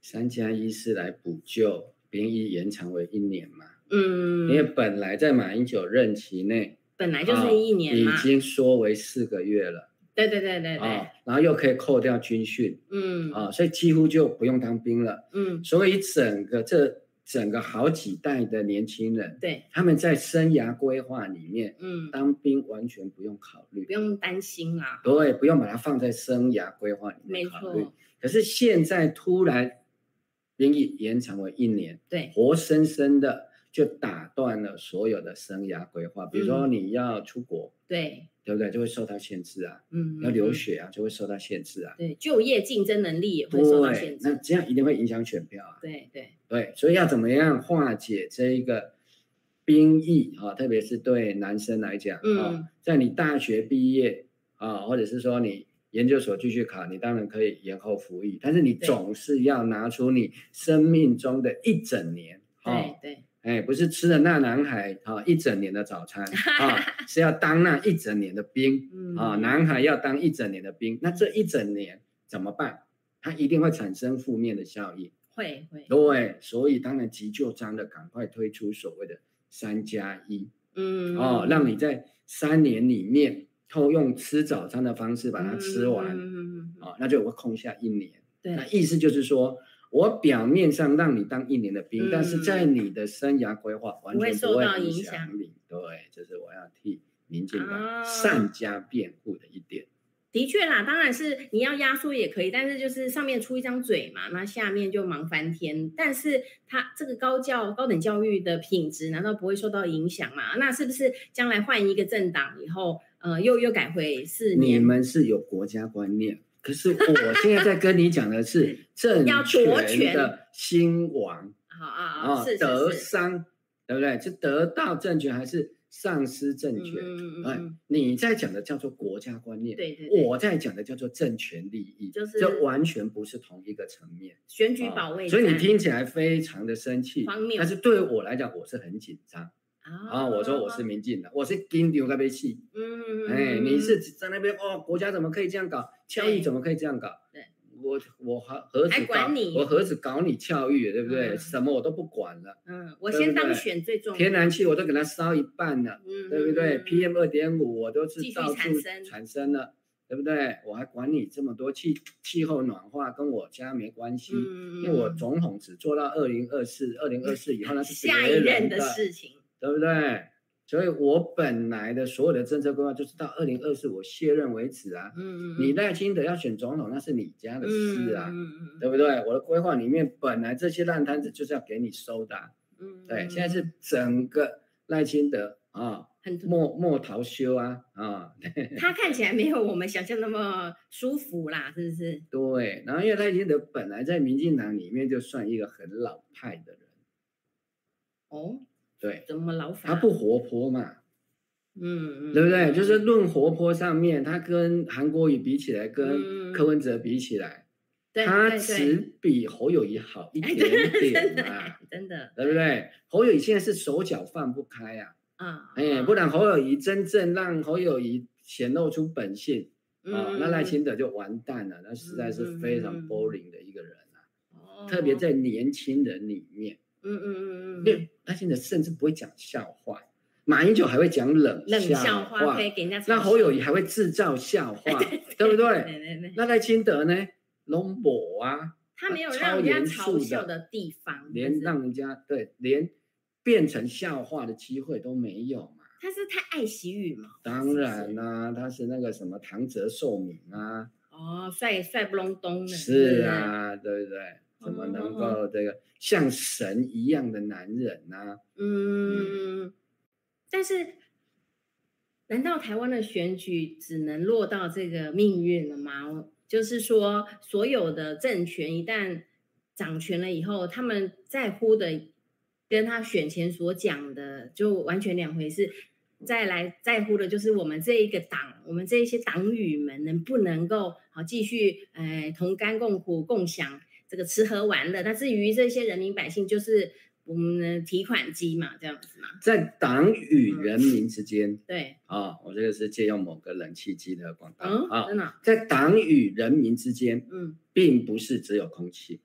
Speaker 2: 三加一是来补救兵役延长为一年嘛？
Speaker 1: 嗯，
Speaker 2: 因为本来在马英九任期内啊
Speaker 1: 本来就是一年嘛
Speaker 2: 已，经缩为四个月了
Speaker 1: 对对对对对，
Speaker 2: 啊，然后又可以扣掉军训
Speaker 1: 嗯
Speaker 2: 啊，所以几乎就不用当兵了。
Speaker 1: 嗯，
Speaker 2: 所以整个这整个好几代的年轻人，
Speaker 1: 对，
Speaker 2: 他们在生涯规划里面，
Speaker 1: 嗯，
Speaker 2: 当兵完全不用考虑
Speaker 1: 不，用担心啦，
Speaker 2: 对，不用把它放在生涯规划里
Speaker 1: 没
Speaker 2: 面考虑
Speaker 1: 错。，
Speaker 2: 可是现在突然兵役延长为一年，
Speaker 1: 对，
Speaker 2: 活生生的就打断了所有的生涯规划。比
Speaker 1: 嗯
Speaker 2: 如说你要出国，
Speaker 1: 对，
Speaker 2: 对不对？就会受到限制啊，
Speaker 1: 嗯，
Speaker 2: 要留
Speaker 1: 嗯，
Speaker 2: 学啊，就会受到限制啊。
Speaker 1: 对，就业竞争能力也会受到限
Speaker 2: 那
Speaker 1: 制，
Speaker 2: 这样一定会影响选票啊。
Speaker 1: 对对，
Speaker 2: 对，所以要怎么样化解这一个兵役啊？特别是对男生来讲
Speaker 1: 嗯
Speaker 2: 啊，在你大学毕业啊，或者是说你研究所继续考，你当然可以延后服役，但是你
Speaker 1: 对
Speaker 2: 总是要拿出你生命中的一整年啊
Speaker 1: 对，对，
Speaker 2: 哎，不是吃了那男孩啊一整年的早餐
Speaker 1: (laughs)
Speaker 2: 啊，是要当那一整年的兵
Speaker 1: 嗯
Speaker 2: 啊，男孩要当一整年的兵，那这一整年怎么办？它一定会产生负面的效应。
Speaker 1: 会会，
Speaker 2: 对，所以当然急救章的赶快推出所谓的三加一
Speaker 1: 嗯，
Speaker 2: 哦，让你在三年里面偷用吃早餐的方式把它吃
Speaker 1: 嗯嗯
Speaker 2: 完
Speaker 1: 嗯嗯嗯嗯
Speaker 2: 哦，那就我空下一年。
Speaker 1: 对
Speaker 2: 那。意思就是说，我表面上让你当一年的兵，但是在你的生涯规划完
Speaker 1: 嗯不会
Speaker 2: 全
Speaker 1: 受
Speaker 2: 不会
Speaker 1: 到影
Speaker 2: 影
Speaker 1: 响
Speaker 2: 响你。对，这是我要替民进
Speaker 1: 啊
Speaker 2: 党善加辩护的一点。
Speaker 1: 的确啦，当然是你要压缩也可以，但是就是上面出一张嘴嘛，那下面就忙翻天。但是它这个高教高等教育的品质难道不会受到影响吗？那是不是将来换一个政党以后，呃，又又改回四
Speaker 2: 你
Speaker 1: 年？
Speaker 2: 们是有国家观念，可是我现在在跟你讲的是
Speaker 1: (laughs)
Speaker 2: 政
Speaker 1: 要夺权
Speaker 2: 权的兴亡
Speaker 1: 好啊啊，
Speaker 2: 啊，
Speaker 1: 是
Speaker 2: 得
Speaker 1: 是是，
Speaker 2: 伤，对不对？是得到政权还是丧失政
Speaker 1: 嗯
Speaker 2: 权？
Speaker 1: 嗯嗯
Speaker 2: 哎
Speaker 1: 嗯，
Speaker 2: 你在讲的叫做国家观念，
Speaker 1: 对对对，
Speaker 2: 我在讲的叫做政权利益，
Speaker 1: 就是
Speaker 2: 这完全不是同一个层面。
Speaker 1: 选举
Speaker 2: 啊
Speaker 1: 保卫战、
Speaker 2: 所以你听起来非常的生气
Speaker 1: 荒谬，
Speaker 2: 但是对我来讲，我是很紧张啊。我说我是
Speaker 1: 嗯
Speaker 2: 民进党，我是金牛那边系。
Speaker 1: 嗯，嗯
Speaker 2: 哎，
Speaker 1: 嗯
Speaker 2: 你
Speaker 1: 嗯
Speaker 2: 是指在那边哦，国家怎么可以这样搞？教
Speaker 1: 对
Speaker 2: 育怎么可以这样搞？
Speaker 1: 对，
Speaker 2: 我我何何
Speaker 1: 还
Speaker 2: 止
Speaker 1: 管
Speaker 2: 搞
Speaker 1: 你
Speaker 2: 我何止搞你教育，对不对？
Speaker 1: 嗯
Speaker 2: 什么我都不管了，
Speaker 1: 嗯，我
Speaker 2: 对不
Speaker 1: 先当
Speaker 2: 对
Speaker 1: 选最重要，
Speaker 2: 天然气我都给它烧一半了，
Speaker 1: 嗯，
Speaker 2: 对不对
Speaker 1: 嗯嗯
Speaker 2: ？PM 二点五我都是
Speaker 1: 继续
Speaker 2: 到
Speaker 1: 产
Speaker 2: 处
Speaker 1: 生
Speaker 2: 产生了，对不对？我还管你这么多气气候暖化跟我家没关系，
Speaker 1: 嗯，
Speaker 2: 因为我
Speaker 1: 嗯嗯
Speaker 2: 总统只做到二零二四，二零二四以后那
Speaker 1: (laughs)
Speaker 2: 是
Speaker 1: 下一
Speaker 2: 别
Speaker 1: 任
Speaker 2: 人
Speaker 1: 的事情，
Speaker 2: 对不对？所以我本来的所有的政策规划就是到二零二四我卸任为止啊。
Speaker 1: 嗯嗯，
Speaker 2: 你赖清德要选总统，那是你家的事啊，
Speaker 1: 嗯嗯
Speaker 2: 对不对？我的规划里面本来这些烂摊子就是要给你收的啊、
Speaker 1: 嗯，嗯
Speaker 2: 对，现在是整个赖清德啊，
Speaker 1: 很
Speaker 2: 莫莫逃修啊啊，
Speaker 1: 他看起来没有我们想象那么舒服啦，是不是？
Speaker 2: 对。然后因为赖清德本来在民进党里面就算一个很老派的人，
Speaker 1: 哦，
Speaker 2: 对，
Speaker 1: 怎么老法？
Speaker 2: 他啊不，活泼嘛，
Speaker 1: 嗯嗯，
Speaker 2: 对不对？就是论活泼上面，他跟韩国瑜比起来，
Speaker 1: 嗯
Speaker 2: 跟柯文哲比起来，
Speaker 1: 对
Speaker 2: 他
Speaker 1: 对
Speaker 2: 只
Speaker 1: 对，
Speaker 2: 比侯友谊好一
Speaker 1: 哎，
Speaker 2: 点
Speaker 1: 对，真的
Speaker 2: 点啊嘛
Speaker 1: 哎，，真的
Speaker 2: 对不对？侯友谊现在是手脚放不开啊，
Speaker 1: 啊，
Speaker 2: 哎，不然侯友谊真正让侯友谊显露出本性。
Speaker 1: 嗯
Speaker 2: 啊、那赖清德就完蛋了，那实在是非
Speaker 1: 嗯嗯
Speaker 2: 常
Speaker 1: 嗯
Speaker 2: boring 的一个人啊，特别在年轻人里面，
Speaker 1: 哦嗯嗯嗯
Speaker 2: 因为赖清德甚至不会讲笑话，马英九还会讲冷
Speaker 1: 冷
Speaker 2: 笑
Speaker 1: 笑话可以给人家，
Speaker 2: 那侯友谊还会制造笑话，对
Speaker 1: (laughs) 对
Speaker 2: 不对？
Speaker 1: 对对，
Speaker 2: 那赖清德呢，龙博啊，
Speaker 1: 他没有让人家嘲笑的地方，
Speaker 2: 连让人家对连变成笑话的机会都没有嘛。
Speaker 1: 他是太爱惜羽毛，
Speaker 2: 当然啦、他是那个什么唐泽寿明啊，
Speaker 1: 哦，帅帅不隆咚的，
Speaker 2: 是，啊，对不对？怎么
Speaker 1: 哦
Speaker 2: 能
Speaker 1: 哦
Speaker 2: 够这个像神一样的男人呢、
Speaker 1: 嗯，但是，难道台湾的选举只能落到这个命运了吗？就是说，所有的政权一旦掌权了以后，他们在乎的跟他选前所讲的就完全两回事。再来在乎的就是我们这一个党，我们这一些党羽们能不能够好继续，呃，同甘共苦、共享这个吃喝玩乐。那至于这些人民百姓，就是我们的提款机嘛，这样子嘛。
Speaker 2: 在党与
Speaker 1: 嗯
Speaker 2: 人民之间
Speaker 1: 对，
Speaker 2: 啊、我这个是借用某个冷气机的广告
Speaker 1: 嗯，
Speaker 2: 啊、
Speaker 1: 真的啊，
Speaker 2: 在党与人民之间，
Speaker 1: 嗯，
Speaker 2: 并不是只有空气，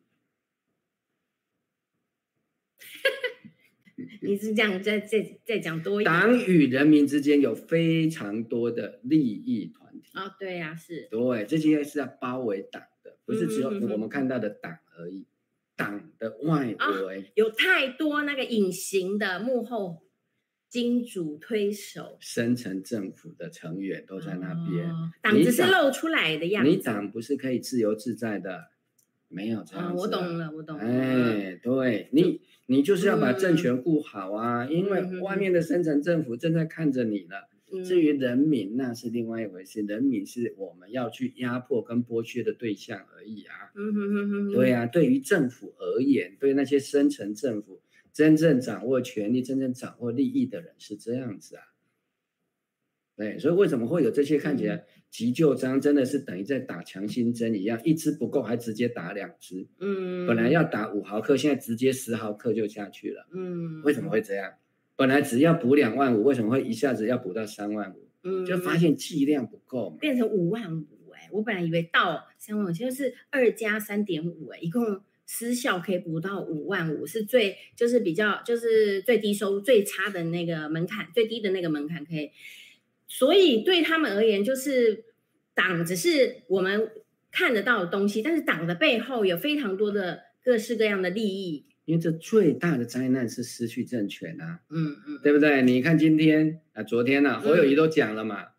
Speaker 1: 你是这样再再再讲多一点
Speaker 2: 党与人民之间有非常多的利益团体，
Speaker 1: 啊、对呀、是，
Speaker 2: 对，这些是要包围党的，不是只有
Speaker 1: 嗯嗯嗯嗯
Speaker 2: 我们看到的党而已，党的外
Speaker 1: 啊
Speaker 2: 围。
Speaker 1: 有太多那个隐形的幕后金主推手
Speaker 2: 深层政府的成员都在那边，
Speaker 1: 哦党
Speaker 2: 你
Speaker 1: 只是
Speaker 2: 党
Speaker 1: 露出来的样
Speaker 2: 你
Speaker 1: 子。
Speaker 2: 党不是可以自由自在的？没有这样、啊
Speaker 1: 嗯，我懂。了，我懂了。嗯，
Speaker 2: 哎，对你，你就是要把政权顾好啊，
Speaker 1: 嗯
Speaker 2: 因
Speaker 1: 嗯
Speaker 2: 为
Speaker 1: 嗯
Speaker 2: 外面的深层政府正在看着你了。至于人民，那是另外一回事，人民是我们要去压迫跟剥削的对象而已啊。
Speaker 1: 嗯哼哼哼，
Speaker 2: 对
Speaker 1: 呀、
Speaker 2: 啊，对于政府而言，对那些深层政府真正掌握权力、真正掌握利益的人是这样子啊。对，所以为什么会有这些看起
Speaker 1: 嗯
Speaker 2: 来急救章，真的是等于在打强心针一样，一支不够还直接打两支，
Speaker 1: 嗯，
Speaker 2: 本来要打五毫克，现在直接十毫克就下去了，
Speaker 1: 嗯，
Speaker 2: 为什么会这样？本来只要补两万五，为什么会一下子要补到三万五？
Speaker 1: 嗯
Speaker 2: 就发现剂量不够嘛。
Speaker 1: 变成五万五哎、我本来以为到三万五，就是二加三点五哎，一共私校可以补到五万五，是最就是比较就是最低收最差的那个门槛，最低的那个门槛可以。所以对他们而言，就是党只是我们看得到的东西，但是党的背后有非常多的各式各样的利益。
Speaker 2: 因为这最大的灾难是失去政权啊。
Speaker 1: 嗯嗯，
Speaker 2: 对不对？你看今天啊，昨天呢、
Speaker 1: 嗯
Speaker 2: 啊，侯友谊都讲了嘛，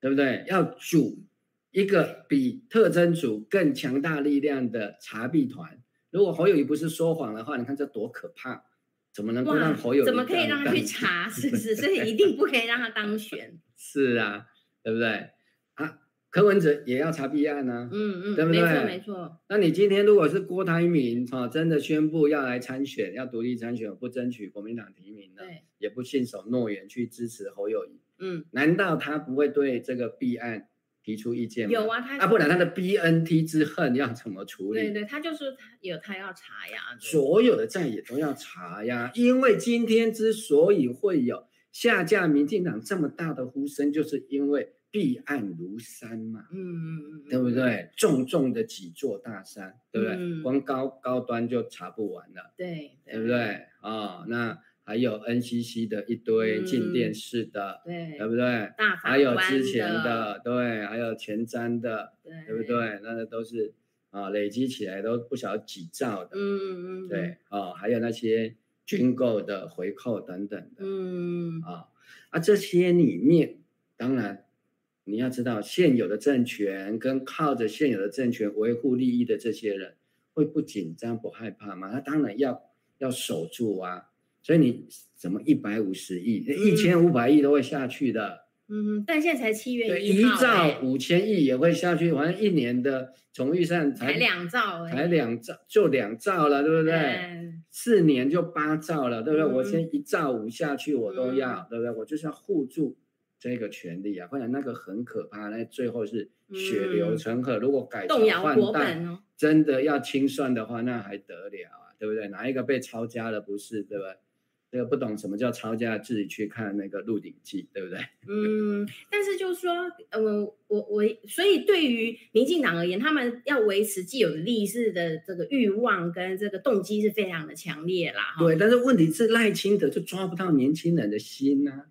Speaker 2: 对不对？要组一个比特征组更强大力量的查弊团。如果侯友谊不是说谎的话，你看这多可怕！怎么能够让侯友谊
Speaker 1: 怎么可以
Speaker 2: 当
Speaker 1: 让他
Speaker 2: 当
Speaker 1: 去查？是不是？所以一定不可以让他当选。
Speaker 2: 是啊，对不对？啊，柯文哲也要查弊案啊。
Speaker 1: 嗯嗯，
Speaker 2: (laughs) 对不
Speaker 1: 没错
Speaker 2: 对
Speaker 1: 没错。
Speaker 2: 那你今天如果是郭台铭啊，真的宣布要来参选，要独立参选，不争取国民党提名呢，
Speaker 1: 对，
Speaker 2: 也不信守诺言去支持侯友谊，
Speaker 1: 嗯，
Speaker 2: 难道他不会对这个弊案提出意见吗？
Speaker 1: 有啊，他
Speaker 2: 啊，不然他的 BNT 之恨要怎么处理？
Speaker 1: 对对，他就说他有他要查呀，对
Speaker 2: 所有的在野都要查呀，因为今天之所以会有下架民进党这么大的呼声，就是因为弊案如山嘛，
Speaker 1: 嗯嗯嗯，
Speaker 2: 对不？对？重重的几座大山，对不对？
Speaker 1: 嗯
Speaker 2: 光高高端就查不完了，
Speaker 1: 对
Speaker 2: 对不对？啊、那还有 NCC 的一堆进电
Speaker 1: 嗯
Speaker 2: 视的，
Speaker 1: 对
Speaker 2: 对不对？
Speaker 1: 大法
Speaker 2: 还有
Speaker 1: 官
Speaker 2: 之前
Speaker 1: 的，嗯
Speaker 2: 的，对，还有前瞻的，
Speaker 1: 对
Speaker 2: 对不？对？那个都是啊，累积起来都不晓得几兆的，啊
Speaker 1: 嗯嗯嗯，
Speaker 2: 对，哦，还有那些军购的回扣等等的
Speaker 1: 嗯，
Speaker 2: 啊。啊，这些里面当然你要知道，现有的政权跟靠着现有的政权维护利益的这些人，会不紧张不害怕吗？他当然要要守住啊。所以你怎么一百五十亿、一千五百亿都会下去的，
Speaker 1: 嗯，但现在才七月
Speaker 2: 对，
Speaker 1: 一
Speaker 2: 一
Speaker 1: 号
Speaker 2: 兆
Speaker 1: 哎，
Speaker 2: 五千亿也会下去，反正一年的总预算
Speaker 1: 才两兆哎，
Speaker 2: 才两兆，就两兆了，对不对？
Speaker 1: 嗯
Speaker 2: 四年就八兆了，对不对？
Speaker 1: 嗯
Speaker 2: 我先一兆五下去，我都要，对不对？我就是要护住这个权利啊，不然那个很可怕，那最后是血流成河。如果改
Speaker 1: 嗯
Speaker 2: 朝
Speaker 1: 动摇
Speaker 2: 换
Speaker 1: 国
Speaker 2: 代，
Speaker 1: 本
Speaker 2: (laughs)
Speaker 1: 哦，
Speaker 2: 真的要清算的话，那还得了啊，对不对？哪一个被抄家了不是，对不对？这个不懂什么叫抄家，自己去看那个《鹿鼎记》，对不对？
Speaker 1: 嗯，但是就是说，呃，我我所以对于民进党而言，他们要维持既有的利益是的这个欲望跟这个动机是非常的强烈啦，哈，
Speaker 2: 对，但是问题是赖清德就抓不到年轻人的心呐、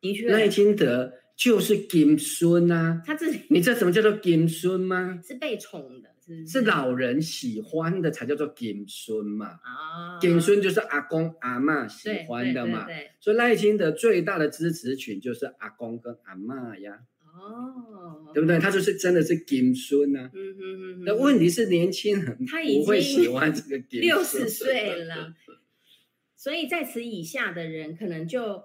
Speaker 1: 的确，
Speaker 2: 赖清德就是金孙呐、
Speaker 1: 他自己
Speaker 2: 你这什么叫做金孙吗？
Speaker 1: 是被宠的，是不
Speaker 2: 是老人喜欢的才叫做金孙嘛，
Speaker 1: 啊，
Speaker 2: 金孙就是阿公阿妈喜
Speaker 1: 对
Speaker 2: 欢的嘛，
Speaker 1: 对对对
Speaker 2: 所以赖清德最大的支持群就是阿公跟阿妈呀，
Speaker 1: 哦，
Speaker 2: 对不对？他就是真的是金孙啊。
Speaker 1: 嗯嗯嗯，
Speaker 2: 那问题是年轻人
Speaker 1: 他已
Speaker 2: 不会
Speaker 1: 经
Speaker 2: 喜欢这个金孙，
Speaker 1: 六十岁了，所以在此以下的人可能就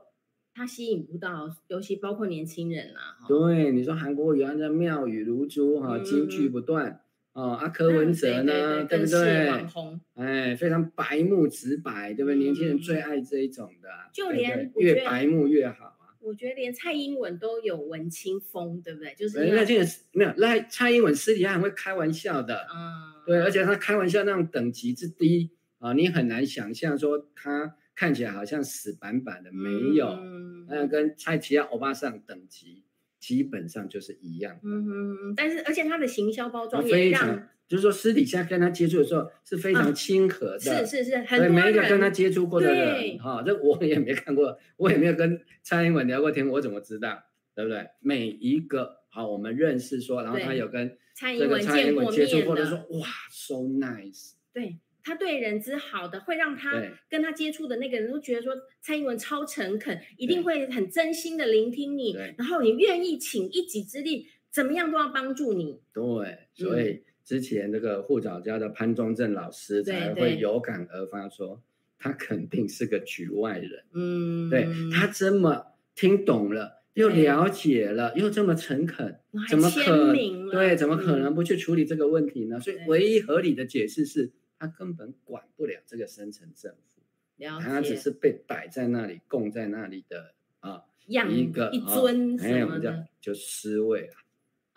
Speaker 1: 他吸引不到，尤其包括年轻人啦、哈。
Speaker 2: 对，你说韩国语啊，那妙语如珠哈，
Speaker 1: 嗯
Speaker 2: 金句不断哦。啊，柯
Speaker 1: 那
Speaker 2: 文
Speaker 1: 对对
Speaker 2: 哲
Speaker 1: 对
Speaker 2: 呢，不
Speaker 1: 更是
Speaker 2: 对
Speaker 1: 网？红，
Speaker 2: 哎，非常白目直白，对不对？年轻人
Speaker 1: 嗯
Speaker 2: 最爱这一种的啊，
Speaker 1: 就
Speaker 2: 对不
Speaker 1: 连
Speaker 2: 对
Speaker 1: 我觉
Speaker 2: 越
Speaker 1: 得
Speaker 2: 白目越好啊。
Speaker 1: 我觉得连蔡英文都有文青风，对不对？就是啊
Speaker 2: 人
Speaker 1: 因为
Speaker 2: 家这个没有赖蔡英文私底下很会开玩笑的，
Speaker 1: 嗯，
Speaker 2: 对，而且他开玩笑那种等级之低啊，你很难想象说他看起来好像死板板的，没有，
Speaker 1: 嗯
Speaker 2: 那跟蔡奇亚欧巴桑等级基本上就是一样，
Speaker 1: 嗯嗯，嗯但是而且他的行销包
Speaker 2: 他
Speaker 1: 装也
Speaker 2: 呃非
Speaker 1: 让
Speaker 2: 常就是说私底下跟他接触的时候是非常
Speaker 1: 嗯
Speaker 2: 亲和
Speaker 1: 是
Speaker 2: 的，
Speaker 1: 是是很
Speaker 2: 对
Speaker 1: 多
Speaker 2: 每一个跟他
Speaker 1: 人
Speaker 2: 接触过的人
Speaker 1: 对
Speaker 2: 哈，这我也没看过，我也没有跟蔡英文聊过天，我怎么知道，对不对？每一个好我们认识说，然后他
Speaker 1: 对
Speaker 2: 有跟。
Speaker 1: 蔡
Speaker 2: 这
Speaker 1: 英
Speaker 2: 个
Speaker 1: 文
Speaker 2: 蔡英
Speaker 1: 见
Speaker 2: 文
Speaker 1: 过
Speaker 2: 接触
Speaker 1: 面
Speaker 2: 过的
Speaker 1: 的，
Speaker 2: 说哇，so nice，
Speaker 1: 对他对人之好的，会让他
Speaker 2: 对
Speaker 1: 跟他接触的那个人都觉得说蔡英文超诚恳，一定
Speaker 2: 对
Speaker 1: 会很真心的聆听你
Speaker 2: 对，
Speaker 1: 然后你愿意请一己之力，怎么样都要帮助你。
Speaker 2: 对，
Speaker 1: 嗯
Speaker 2: 所以之前这个护早教的潘宗正老师
Speaker 1: 对
Speaker 2: 才
Speaker 1: 对
Speaker 2: 会有感而发说，他肯定是个局外人，
Speaker 1: 嗯，
Speaker 2: 对他这么听懂了，又
Speaker 1: 对
Speaker 2: 了解了，又这么诚恳，
Speaker 1: 我还
Speaker 2: 怎么
Speaker 1: 签
Speaker 2: 可
Speaker 1: 名了
Speaker 2: 对，怎么可
Speaker 1: 嗯
Speaker 2: 能不去处理这个问题呢？所以
Speaker 1: 对
Speaker 2: 唯一合理的解释是他根本管不了这个深层政府，
Speaker 1: 了
Speaker 2: 他只
Speaker 1: 解
Speaker 2: 是被摆在那里、供在那里的啊。
Speaker 1: 样
Speaker 2: 一个
Speaker 1: 一
Speaker 2: 啊
Speaker 1: 尊
Speaker 2: 哎，
Speaker 1: 什
Speaker 2: 我
Speaker 1: 么
Speaker 2: 们
Speaker 1: 的
Speaker 2: 叫就思维啦，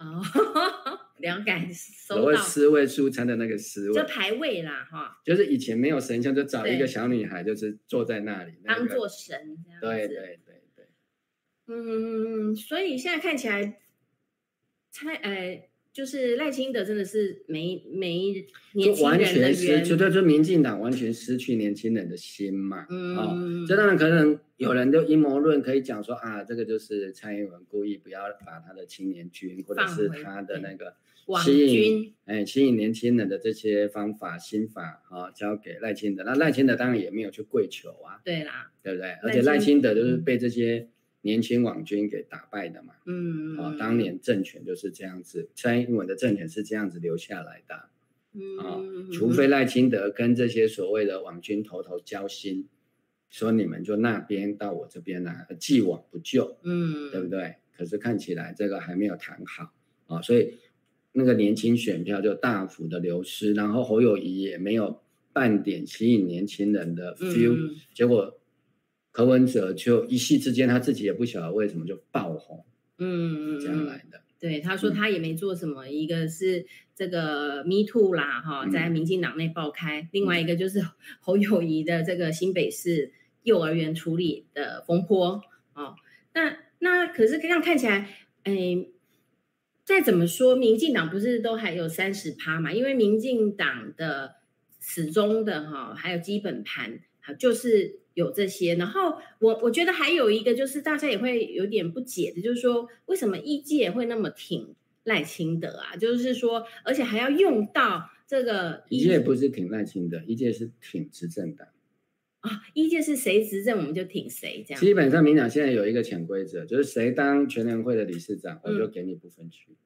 Speaker 1: 哦， (laughs) 了解
Speaker 2: 所
Speaker 1: 收
Speaker 2: 谓
Speaker 1: 到，
Speaker 2: 思维书餐的那个思
Speaker 1: 就
Speaker 2: 维，
Speaker 1: 排位啦哈，
Speaker 2: 就是以前没有神像，就找一
Speaker 1: 对
Speaker 2: 个小女孩，就是坐在那里，那
Speaker 1: 当
Speaker 2: 个
Speaker 1: 做神这样子。
Speaker 2: 对对对对，
Speaker 1: 嗯，所以现在看起来，蔡呃，就是赖清德真的是没没年
Speaker 2: 就
Speaker 1: 轻
Speaker 2: 完
Speaker 1: 人的
Speaker 2: 全失，就
Speaker 1: 缘，
Speaker 2: 就就民进党完全失去年轻人的心嘛，哦。
Speaker 1: 嗯，
Speaker 2: 这当然可能有人就阴谋论可以讲说啊，这个就是蔡英文故意不要把他的青年军或者
Speaker 1: 放
Speaker 2: 是
Speaker 1: 回
Speaker 2: 他的
Speaker 1: 对
Speaker 2: 那个
Speaker 1: 网
Speaker 2: 吸引
Speaker 1: 军，
Speaker 2: 哎，吸引年轻人的这些方法、心法啊、交给赖清德。那赖清德当然也没有去跪求啊，
Speaker 1: 对啦，
Speaker 2: 对不对？
Speaker 1: 赖
Speaker 2: 而且赖
Speaker 1: 清
Speaker 2: 清德就是
Speaker 1: 嗯
Speaker 2: 被这些年轻网军给打败的嘛。
Speaker 1: 嗯，
Speaker 2: 啊，当年政权就是这样子，蔡英文的政权是这样子留下来的啊。
Speaker 1: 嗯，
Speaker 2: 除非赖清德跟这些所谓的网军头头交心，说你们就那边到我这边来，既往不咎，
Speaker 1: 嗯，
Speaker 2: 对不对？可是看起来这个还没有谈好啊，所以那个年轻选票就大幅的流失，然后侯友谊也没有半点吸引年轻人的 feel，、
Speaker 1: 嗯嗯
Speaker 2: 结果柯文哲就一夕之间他自己也不晓得为什么就爆红，
Speaker 1: 嗯，嗯
Speaker 2: 这样来
Speaker 1: 嗯
Speaker 2: 的。
Speaker 1: 对，他说
Speaker 2: 嗯
Speaker 1: 他也没做什么，一个是这个 Me Too 啦，哈，
Speaker 2: 嗯
Speaker 1: 在民进党内爆开，另外一个就是侯友谊的这个新北市幼儿园处理的风波哦。那那可是这样看起来，哎，再怎么说，民进党不是都还有三十趴嘛？因为民进党的始终的哈、还有基本盘，好就是有这些。然后我我觉得还有一个就是大家也会有点不解的，就是说为什么一届会那么挺赖清德啊？就是说，而且还要用到这个
Speaker 2: 一届不是挺赖清德，一届是挺执政党。
Speaker 1: 啊，意见是谁执政我们就挺谁这样。
Speaker 2: 基本上民党现在有一个潜规则，就是谁当全联会的理事长，
Speaker 1: 嗯
Speaker 2: 我就给你不分区。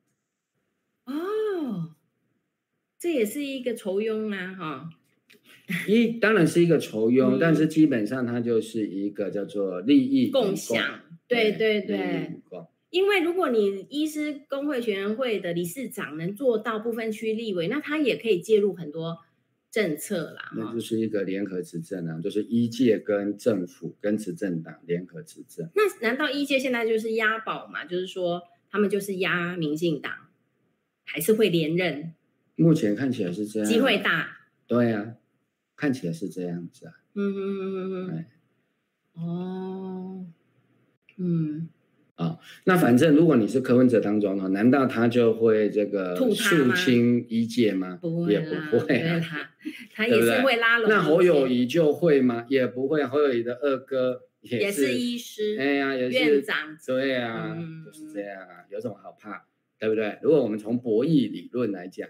Speaker 1: 哦，这也是一个酬庸啊，哈，
Speaker 2: 一当然是一个酬庸，
Speaker 1: 嗯
Speaker 2: 但是基本上它就是一个叫做利益与
Speaker 1: 共享。对对对，
Speaker 2: 利益与共
Speaker 1: 因为如果你医师工会全员会的理事长能做到不分区立委，那他也可以介入很多政策啦，
Speaker 2: 那
Speaker 1: 哈。
Speaker 2: 就是一个联合执政啊，就是医界跟政府跟执政党联合执政。
Speaker 1: 那难道医界现在就是押宝嘛？就是说他们就是押民进党，还是会连任，
Speaker 2: 目前看起来是这样，
Speaker 1: 机会。大？
Speaker 2: 对啊，看起来是这样子啊。
Speaker 1: 嗯嗯嗯嗯
Speaker 2: 哎
Speaker 1: 嗯。哦，嗯，
Speaker 2: 那反正如果你是柯文哲当总统，难道他就会这个
Speaker 1: 吐他
Speaker 2: 肃
Speaker 1: 吗
Speaker 2: 清医界吗？
Speaker 1: 不会
Speaker 2: 也
Speaker 1: 啦，
Speaker 2: 不会 (laughs) 啊。
Speaker 1: 他他
Speaker 2: 对
Speaker 1: 也
Speaker 2: 不
Speaker 1: 是
Speaker 2: 对
Speaker 1: 会拉拢意见。
Speaker 2: 那侯友谊就会吗？也不会。侯友谊的二哥也
Speaker 1: 也
Speaker 2: 是
Speaker 1: 是医师，
Speaker 2: 哎呀，也是
Speaker 1: 院长
Speaker 2: 对啊，就是
Speaker 1: 嗯
Speaker 2: 这样啊，有什么好怕，对不对？如果我们从博弈理论来讲，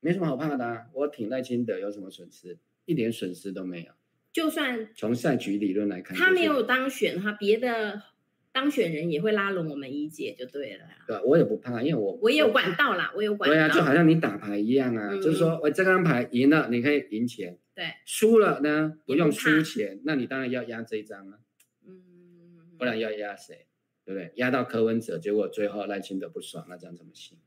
Speaker 2: 没什么好怕的啊，我挺赖清德有什么损失？一点损失都没有。
Speaker 1: 就算
Speaker 2: 从赛局理论来看，
Speaker 1: 他
Speaker 2: 就是
Speaker 1: 没有当选哈，别的当选人也会拉拢我们一姐就对了啦。
Speaker 2: 对啊，我也不怕，因为我
Speaker 1: 我也有管道啦，我有管道。
Speaker 2: 对啊，就好像你打牌一样啊，
Speaker 1: 嗯
Speaker 2: 就是说我这张牌赢了，你可以赢钱；
Speaker 1: 对
Speaker 2: 输了呢，不
Speaker 1: 也不
Speaker 2: 用
Speaker 1: 怕
Speaker 2: 输钱，那你当然要压这一张啊，
Speaker 1: 嗯，
Speaker 2: 不然要压谁？对不对？压到柯文哲，结果最后赖清德不爽，那这样怎么行？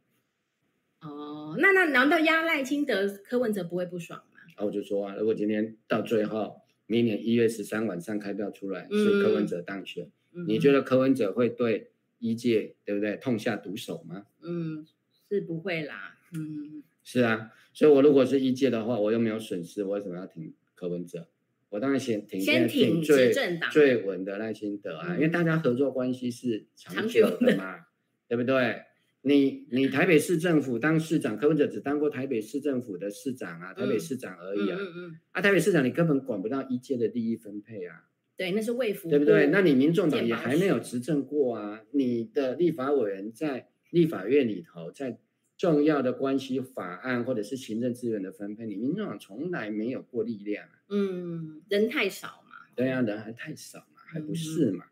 Speaker 1: 哦，那那难道压赖清德、柯文哲不会不爽吗？
Speaker 2: 然后我就说啊，如果今天到最后，明年一月十三晚上开票出来
Speaker 1: 嗯
Speaker 2: 是柯文哲当选，
Speaker 1: 嗯
Speaker 2: 你觉？得柯文哲会对一届对不对痛下毒手吗？
Speaker 1: 嗯，是不会啦。嗯，
Speaker 2: 是啊，所以我如果是一届的话，我又没有损失，我为什么要挺柯文哲？我当然先挺
Speaker 1: 先挺
Speaker 2: 最
Speaker 1: 执政党。
Speaker 2: 最稳的赖清德啊，
Speaker 1: 嗯
Speaker 2: 因为大家合作关系是长
Speaker 1: 长
Speaker 2: 久
Speaker 1: 久
Speaker 2: 的嘛，对不对？你你台北市政府当市长，柯文哲只当过台北市政府的市长啊，台北
Speaker 1: 嗯
Speaker 2: 市长
Speaker 1: 嗯
Speaker 2: 而已啊。
Speaker 1: 嗯嗯，
Speaker 2: 啊，台北市长你根本管不到一届的利益分配啊，
Speaker 1: 对，那是卫福部，
Speaker 2: 对不对？那你民众
Speaker 1: 嗯
Speaker 2: 党
Speaker 1: 健
Speaker 2: 也
Speaker 1: 保
Speaker 2: 还没
Speaker 1: 署
Speaker 2: 有执政过啊，你的立法委员在立法院里头，在重要的关系法案或者是行政资源的分配，你民众党从来没有过力量啊。
Speaker 1: 嗯人太少嘛。
Speaker 2: 对啊，人还太少嘛，还
Speaker 1: 嗯
Speaker 2: 不是嘛，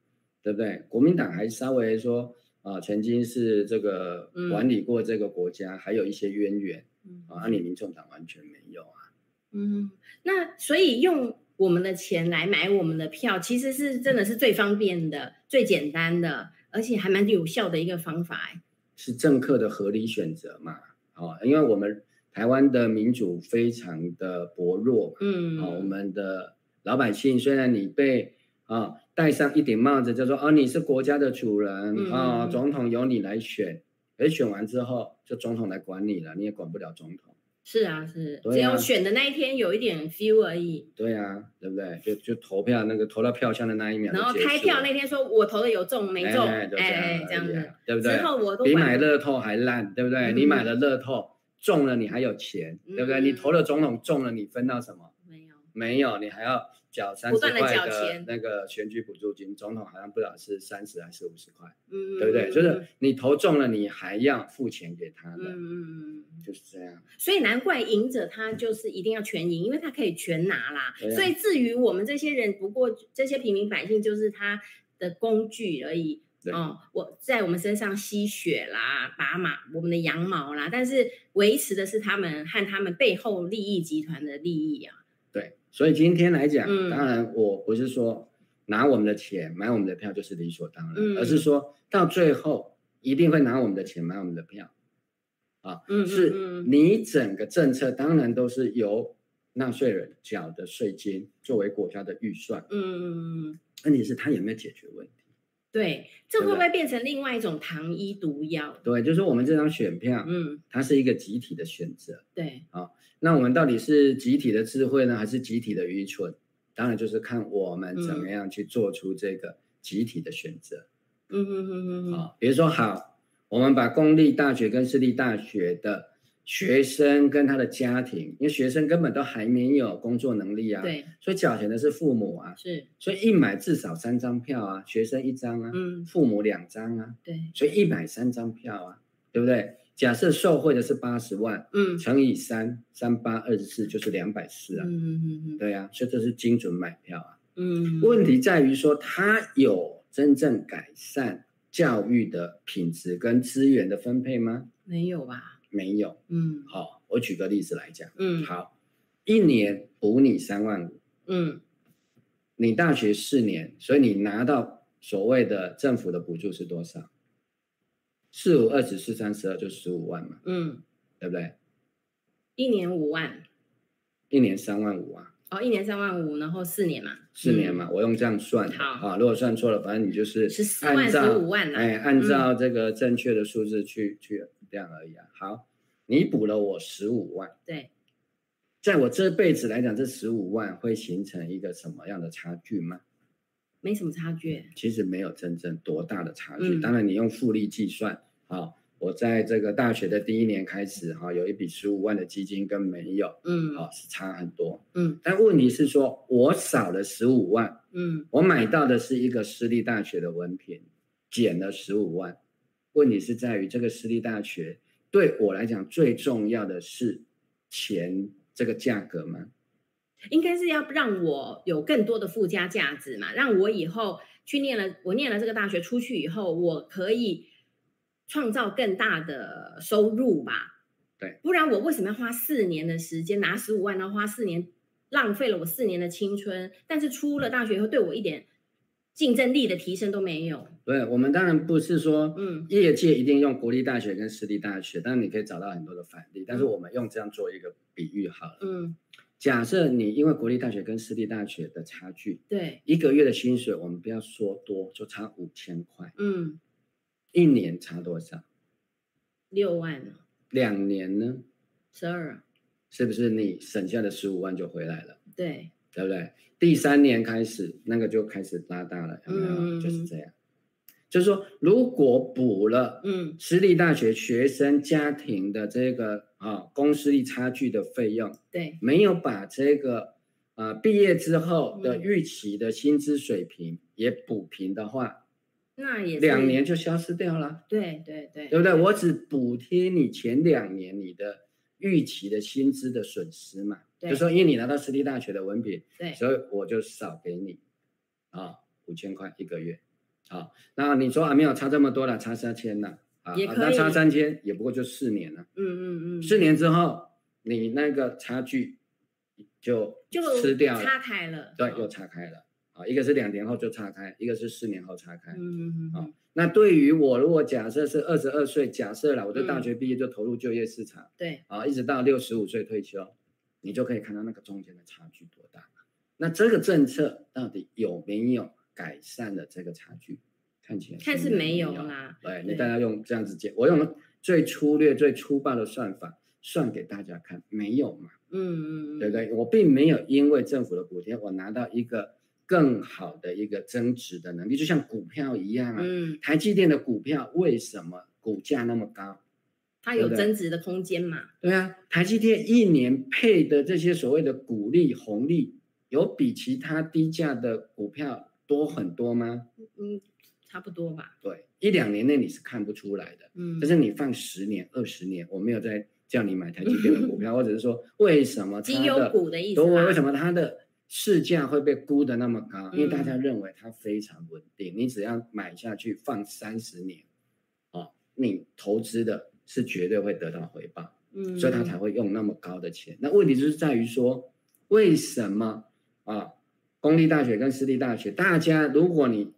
Speaker 2: 对不对？国民党还稍微说啊、曾经是这个
Speaker 1: 嗯
Speaker 2: 管理过这个国家，还有一些渊源
Speaker 1: 嗯
Speaker 2: 啊，你民众党完全没有啊。
Speaker 1: 嗯，那所以用我们的钱来买我们的票，其实是真的是最方便的、最简单的，而且还蛮有效的一个方法欸。
Speaker 2: 是政客的合理选择嘛？哦，因为我们台湾的民主非常的薄弱嘛，
Speaker 1: 嗯，
Speaker 2: 哦，我们的老百姓虽然你被啊、戴上一顶帽子，就说哦你是国家的主人
Speaker 1: 嗯
Speaker 2: 啊、
Speaker 1: 嗯嗯
Speaker 2: 总统由你来选，而选完之后就总统来管你了，你也管不了总统。
Speaker 1: 是啊，是，
Speaker 2: 对
Speaker 1: 只有
Speaker 2: 啊
Speaker 1: 选的那一天有一点 feel 而已，
Speaker 2: 对啊，对不对？就就投票那个投到票箱的那一秒就
Speaker 1: 然后
Speaker 2: 结束了，
Speaker 1: 开票那天说我投的有中没中，
Speaker 2: 哎，就这样而已
Speaker 1: 哎
Speaker 2: 啊，
Speaker 1: 这样子，，
Speaker 2: 对不对？
Speaker 1: 之后我都
Speaker 2: 比
Speaker 1: 管
Speaker 2: 买
Speaker 1: 不
Speaker 2: 乐透还烂，对不对？你
Speaker 1: 嗯
Speaker 2: 买了乐透中了，你还有钱，对不对？
Speaker 1: 嗯
Speaker 2: 你投了总统中了，你分到什么？
Speaker 1: 没有，
Speaker 2: 没有，你还要缴三
Speaker 1: 不
Speaker 2: 十
Speaker 1: 断地
Speaker 2: 块
Speaker 1: 缴
Speaker 2: 的
Speaker 1: 钱
Speaker 2: 那个选举补助金，总统好像不知道是三十还是五十块，
Speaker 1: 嗯，
Speaker 2: 对不对？
Speaker 1: 嗯
Speaker 2: 就是你投中了，你还要付钱给他
Speaker 1: 嗯
Speaker 2: 的，
Speaker 1: 嗯嗯，
Speaker 2: 就是这样。
Speaker 1: 所以难怪赢者他就是一定要全赢，因为他可以全拿啦。
Speaker 2: 对啊
Speaker 1: 所以至于我们这些人，不过这些平民百姓就是他的工具而已。
Speaker 2: 对
Speaker 1: 哦，我在我们身上吸血啦，拔马我们的羊毛啦，但是维持的是他们和他们背后利益集团的利益啊。
Speaker 2: 对，所以今天来讲，
Speaker 1: 嗯
Speaker 2: 当然我不是说拿我们的钱买我们的票就是理所当然，
Speaker 1: 嗯
Speaker 2: 而是说到最后一定会拿我们的钱买我们的票。啊，
Speaker 1: 嗯
Speaker 2: 是
Speaker 1: 嗯嗯
Speaker 2: 你整个政策当然都是由纳税人缴的税金作为国家的预算，
Speaker 1: 嗯嗯，嗯
Speaker 2: 问题是他有没有解决问题？
Speaker 1: 对，这会
Speaker 2: 对
Speaker 1: 不
Speaker 2: 不对
Speaker 1: 会变成另外一种糖衣毒药？
Speaker 2: 对，就是我们这张选票，
Speaker 1: 嗯，
Speaker 2: 它是一个集体的选择。
Speaker 1: 对，
Speaker 2: 那我们到底是集体的智慧呢，还是集体的愚蠢？当然就是看我们怎么样去做出这个集体的选择。
Speaker 1: 嗯嗯嗯嗯嗯，
Speaker 2: 啊，比如说好，我们把公立大学跟私立大学的学生跟他的家庭，因为学生根本都还没有工作能力啊，，
Speaker 1: 对，
Speaker 2: 所以缴钱的是父母啊，
Speaker 1: 是，
Speaker 2: 所以一买至少三张票啊，学生一张啊，
Speaker 1: 嗯，
Speaker 2: 父母两张啊，
Speaker 1: 对，
Speaker 2: 所以一买三张票啊，对不对？假设受贿的是八十万，
Speaker 1: 嗯
Speaker 2: 乘以三，三八二十四就是两百四啊。
Speaker 1: 嗯嗯
Speaker 2: 对啊，所以这是精准买票啊。
Speaker 1: 嗯，
Speaker 2: 问题在于说，它有真正改善教育的品质跟资源的分配吗？
Speaker 1: 没有吧？
Speaker 2: 没有。
Speaker 1: 嗯
Speaker 2: 好、我举个例子来讲。
Speaker 1: 嗯
Speaker 2: 好，一年补你三万五，
Speaker 1: 嗯
Speaker 2: 你大学四年，所以你拿到所谓的政府的补助是多少？四五二十四三十二就十五万嘛，
Speaker 1: 嗯，
Speaker 2: 对不对？
Speaker 1: 一年五万
Speaker 2: 一年三万五啊，
Speaker 1: 哦，一年三万五，然后四年嘛，
Speaker 2: 四年嘛，我用这样算的
Speaker 1: 嗯好
Speaker 2: 啊。如果算错了，反正你就是
Speaker 1: 十嗯四
Speaker 2: 按
Speaker 1: 万
Speaker 2: 照
Speaker 1: 十五万啊嗯啦。
Speaker 2: 哎，按照这个正确的数字去、去这样而已啊。好，你补了我十五万，
Speaker 1: 对，
Speaker 2: 在我这辈子来讲，这十五万会形成一个什么样的差距吗？
Speaker 1: 没什么差距。
Speaker 2: 其实没有真正多大的差距。
Speaker 1: 嗯
Speaker 2: 当然，你用复利计算啊、我在这个大学的第一年开始哈、有一笔十五万的基金跟没有，
Speaker 1: 嗯
Speaker 2: 啊、是差很多。
Speaker 1: 嗯
Speaker 2: 但问题是说，我少了十五万，
Speaker 1: 嗯
Speaker 2: 我买到的是一个私立大学的文凭，减了十五万。问题是在于这个私立大学对我来讲最重要的是钱这个价格吗？
Speaker 1: 应该是要让我有更多的附加价值嘛，让我以后去念了，我念了这个大学出去以后，我可以创造更大的收入吧。
Speaker 2: 对，
Speaker 1: 不然我为什么要花四年的时间拿十五万，然后花四年浪费了我四年的青春？但是出了大学以后，对我一点竞争力的提升都没有。
Speaker 2: 对，我们当然不是说，
Speaker 1: 嗯
Speaker 2: 业界一定用国立大学跟私立大学，当然你可以找到很多的反例，但是我们用这样做一个比喻好了。
Speaker 1: 嗯，
Speaker 2: 假设你因为国立大学跟私立大学的差距，
Speaker 1: 对，
Speaker 2: 一个月的薪水我们不要说多，就差五千块，
Speaker 1: 嗯，
Speaker 2: 一年差多少？
Speaker 1: 六万
Speaker 2: 两年呢？
Speaker 1: 十二，
Speaker 2: 是不是你省下的十五万就回来了，
Speaker 1: 对，
Speaker 2: 对不对？第三年开始那个就开始拉大了，有没有？
Speaker 1: 嗯
Speaker 2: 就是这样，就是说如果补了。
Speaker 1: 嗯
Speaker 2: 私立大学学生家庭的这个啊公私立差距的费用，
Speaker 1: 对，
Speaker 2: 没有把这个呃毕业之后
Speaker 1: 嗯
Speaker 2: 的预期的薪资水平也补平的话，
Speaker 1: 那也是
Speaker 2: 两，年就消失掉了，
Speaker 1: 对对对，
Speaker 2: 对不对？我只补贴你前两年你的预期的薪资的损失嘛，
Speaker 1: 对
Speaker 2: 就说因为你拿到私立大学的文凭，
Speaker 1: 对，
Speaker 2: 所以我就少给你啊五千块一个月。啊，那你说啊没有差这么多了，差三千了啊，
Speaker 1: 也
Speaker 2: 啊
Speaker 1: 可
Speaker 2: 那差
Speaker 1: 以
Speaker 2: 三千也不过就四年了。
Speaker 1: 嗯嗯嗯，
Speaker 2: 四年之后，你那个差距就
Speaker 1: 就
Speaker 2: 吃掉
Speaker 1: 岔
Speaker 2: 了，
Speaker 1: 开了，哦
Speaker 2: 对，又岔开了啊。一个是两年后就岔开，一个是四年后岔开。
Speaker 1: 嗯嗯嗯
Speaker 2: 啊那对于我，如果假设是二十二岁，假设了，我就大
Speaker 1: 嗯
Speaker 2: 学毕业就投入就业市场、
Speaker 1: 对，
Speaker 2: 啊，一直到六十五岁退休，你就可以看到那个中间的差距多大。那这个政策到底有没有改善了这个差距？看起来
Speaker 1: 看是没有。啦，
Speaker 2: 啊对你
Speaker 1: 对
Speaker 2: 大家用这样子解，我用最粗略、最粗暴的算法算给大家看，没有嘛，
Speaker 1: 嗯嗯嗯，
Speaker 2: 对不对？我并没有因为政府的补贴，我拿到一个更好的一个增值的能力，就像股票一样啊。
Speaker 1: 嗯，
Speaker 2: 台积电的股票为什么股价那么高？
Speaker 1: 它
Speaker 2: 对
Speaker 1: 有
Speaker 2: 不对
Speaker 1: 增值的空间嘛，
Speaker 2: 对啊，台积电一年配的这些所谓的股利红利，有比其他低价的股票多很多吗？
Speaker 1: 嗯，差不多吧，
Speaker 2: 对，一两年内你是看不出来的。
Speaker 1: 嗯，
Speaker 2: 但是你放十年、二十年，我没有在叫你买台积电的股票，或 (laughs) 者是说为什么它
Speaker 1: 绩优
Speaker 2: 的
Speaker 1: 股的意思
Speaker 2: 对，
Speaker 1: 吧，
Speaker 2: 为什么它的市价会被估的那么高？因为大家认为它非常稳定，你只要买下去放三十年，哦，你投资的是绝对会得到回报，
Speaker 1: 嗯，
Speaker 2: 所以它才会用那么高的钱。那问题就是在于说，为什么啊？公立大学跟私立大学，大家如果你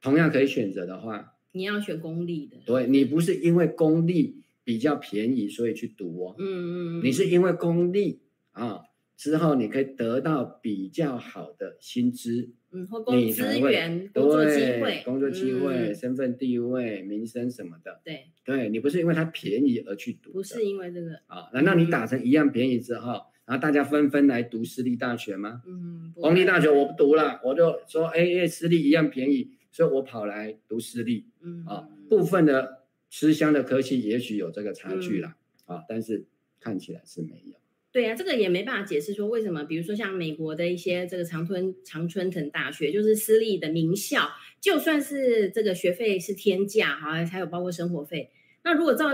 Speaker 2: 同样可以选择的话，
Speaker 1: 嗯你要选公立的，
Speaker 2: 对你不是因为公立比较便宜所以去读哦，
Speaker 1: 嗯嗯，嗯
Speaker 2: 你是因为公立啊之后你可以得到比较好的薪资，
Speaker 1: 嗯或公
Speaker 2: 你
Speaker 1: 资
Speaker 2: 才会
Speaker 1: 源、工作机
Speaker 2: 对
Speaker 1: 会、
Speaker 2: 工作机会、
Speaker 1: 嗯
Speaker 2: 身份地位、名声什么的。
Speaker 1: 对，
Speaker 2: 对你不是因为它便宜而去读的，
Speaker 1: 不是因为这个，
Speaker 2: 啊？难
Speaker 1: 嗯
Speaker 2: 道你打成一样便宜之后，然后大家纷纷来读私立大学吗？
Speaker 1: 嗯，不
Speaker 2: 公立
Speaker 1: 会
Speaker 2: 大学我不读了，我就说哎，因为私立一样便宜，所以我跑来读私立。
Speaker 1: 嗯
Speaker 2: 啊，
Speaker 1: 嗯
Speaker 2: 部分的吃香的科系也许有这个差距啦，
Speaker 1: 嗯
Speaker 2: 啊，但是看起来是没有。
Speaker 1: 对啊，这个也没办法解释说为什么，比如说像美国的一些这个常春常春藤大学，就是私立的名校，就算是这个学费是天价哈，还有包括生活费，那如果照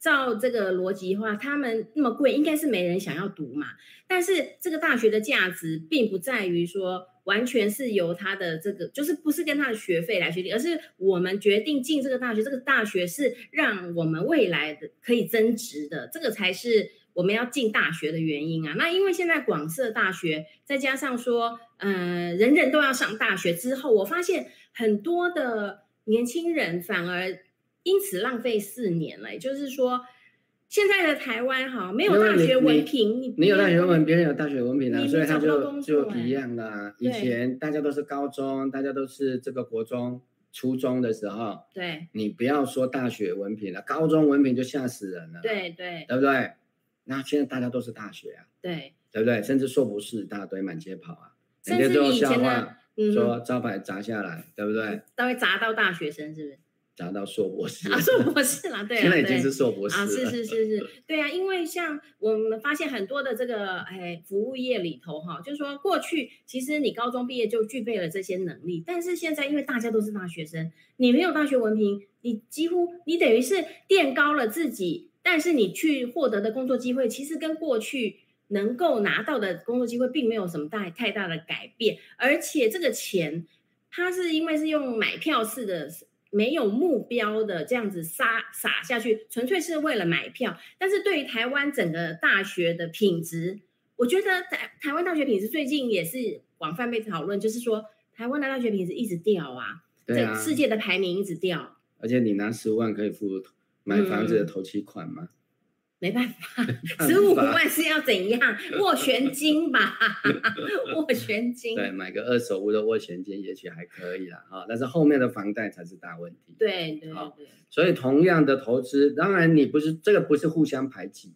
Speaker 1: 照这个逻辑的话，他们那么贵，应该是没人想要读嘛。但是这个大学的价值并不在于说完全是由他的这个，就是不是跟他的学费来决定，而是我们决定进这个大学，这个大学是让我们未来的可以增值的，这个才是我们要进大学的原因啊。那因为现在广设大学，再加上说，呃，人人都要上大学之后，我发现很多的年轻人反而因此浪费四年了，也就是说。现在的台湾哈，没有
Speaker 2: 因为
Speaker 1: 大
Speaker 2: 你
Speaker 1: 学
Speaker 2: 你
Speaker 1: 文凭，你
Speaker 2: 你有大学文
Speaker 1: 凭。
Speaker 2: 凭，别人有大学文凭啊，
Speaker 1: 你
Speaker 2: 所以
Speaker 1: 你
Speaker 2: 他
Speaker 1: 找不到
Speaker 2: 就
Speaker 1: 工
Speaker 2: 就
Speaker 1: 作
Speaker 2: 不一
Speaker 1: 欸
Speaker 2: 样啦。以
Speaker 1: 对
Speaker 2: 前大家都是高中，大家都是这个国中、初中的时候，
Speaker 1: 对
Speaker 2: 你不要说大学文凭了，高中文凭就吓死人了，，
Speaker 1: 对对
Speaker 2: 对不对？那现在大家都是大学啊，
Speaker 1: 对，
Speaker 2: 对不对？甚至硕博士一大堆满街跑啊，人
Speaker 1: 甚
Speaker 2: 家
Speaker 1: 至
Speaker 2: 都
Speaker 1: 你以
Speaker 2: 笑
Speaker 1: 前
Speaker 2: 话
Speaker 1: 的嗯，
Speaker 2: 说招牌砸下来，对不对？
Speaker 1: 他会砸到大学生是不是？
Speaker 2: 砸到硕博士，
Speaker 1: 啊，硕博士啦，对啦，
Speaker 2: 现在已
Speaker 1: 对
Speaker 2: 经是硕博士
Speaker 1: 啊，是
Speaker 2: 了，
Speaker 1: 是是是，对啊，因为像我们发现很多的这个哎服务业里头哈，就是说过去其实你高中毕业就具备了这些能力，但是现在因为大家都是大学生，你没有大学文凭，你几乎你等于是垫高了自己，但是你去获得的工作机会其实跟过去。能够拿到的工作机会并没有什么大太大的改变，而且这个钱，它是因为是用买票式的没有目标的这样子撒撒下去，纯粹是为了买票。但是对于台湾整个大学的品质，我觉得台台湾大学品质最近也是广泛被讨论，就是说台湾的大学品质一直掉啊，
Speaker 2: 对啊
Speaker 1: 这。世界的排名一直掉，
Speaker 2: 而且你拿十万可以付买房
Speaker 1: 嗯
Speaker 2: 子的头期款吗？
Speaker 1: 没办法，
Speaker 2: 办
Speaker 1: 十五
Speaker 2: 法
Speaker 1: 万是要怎样斡旋金吧，斡旋金。
Speaker 2: 对，买个二手屋的握钱金也许还可以啦，啊、但是后面的房贷才是大问题。
Speaker 1: 对对
Speaker 2: 好
Speaker 1: 对，
Speaker 2: 所以同样的投资，当然你不是这个不是互相排挤，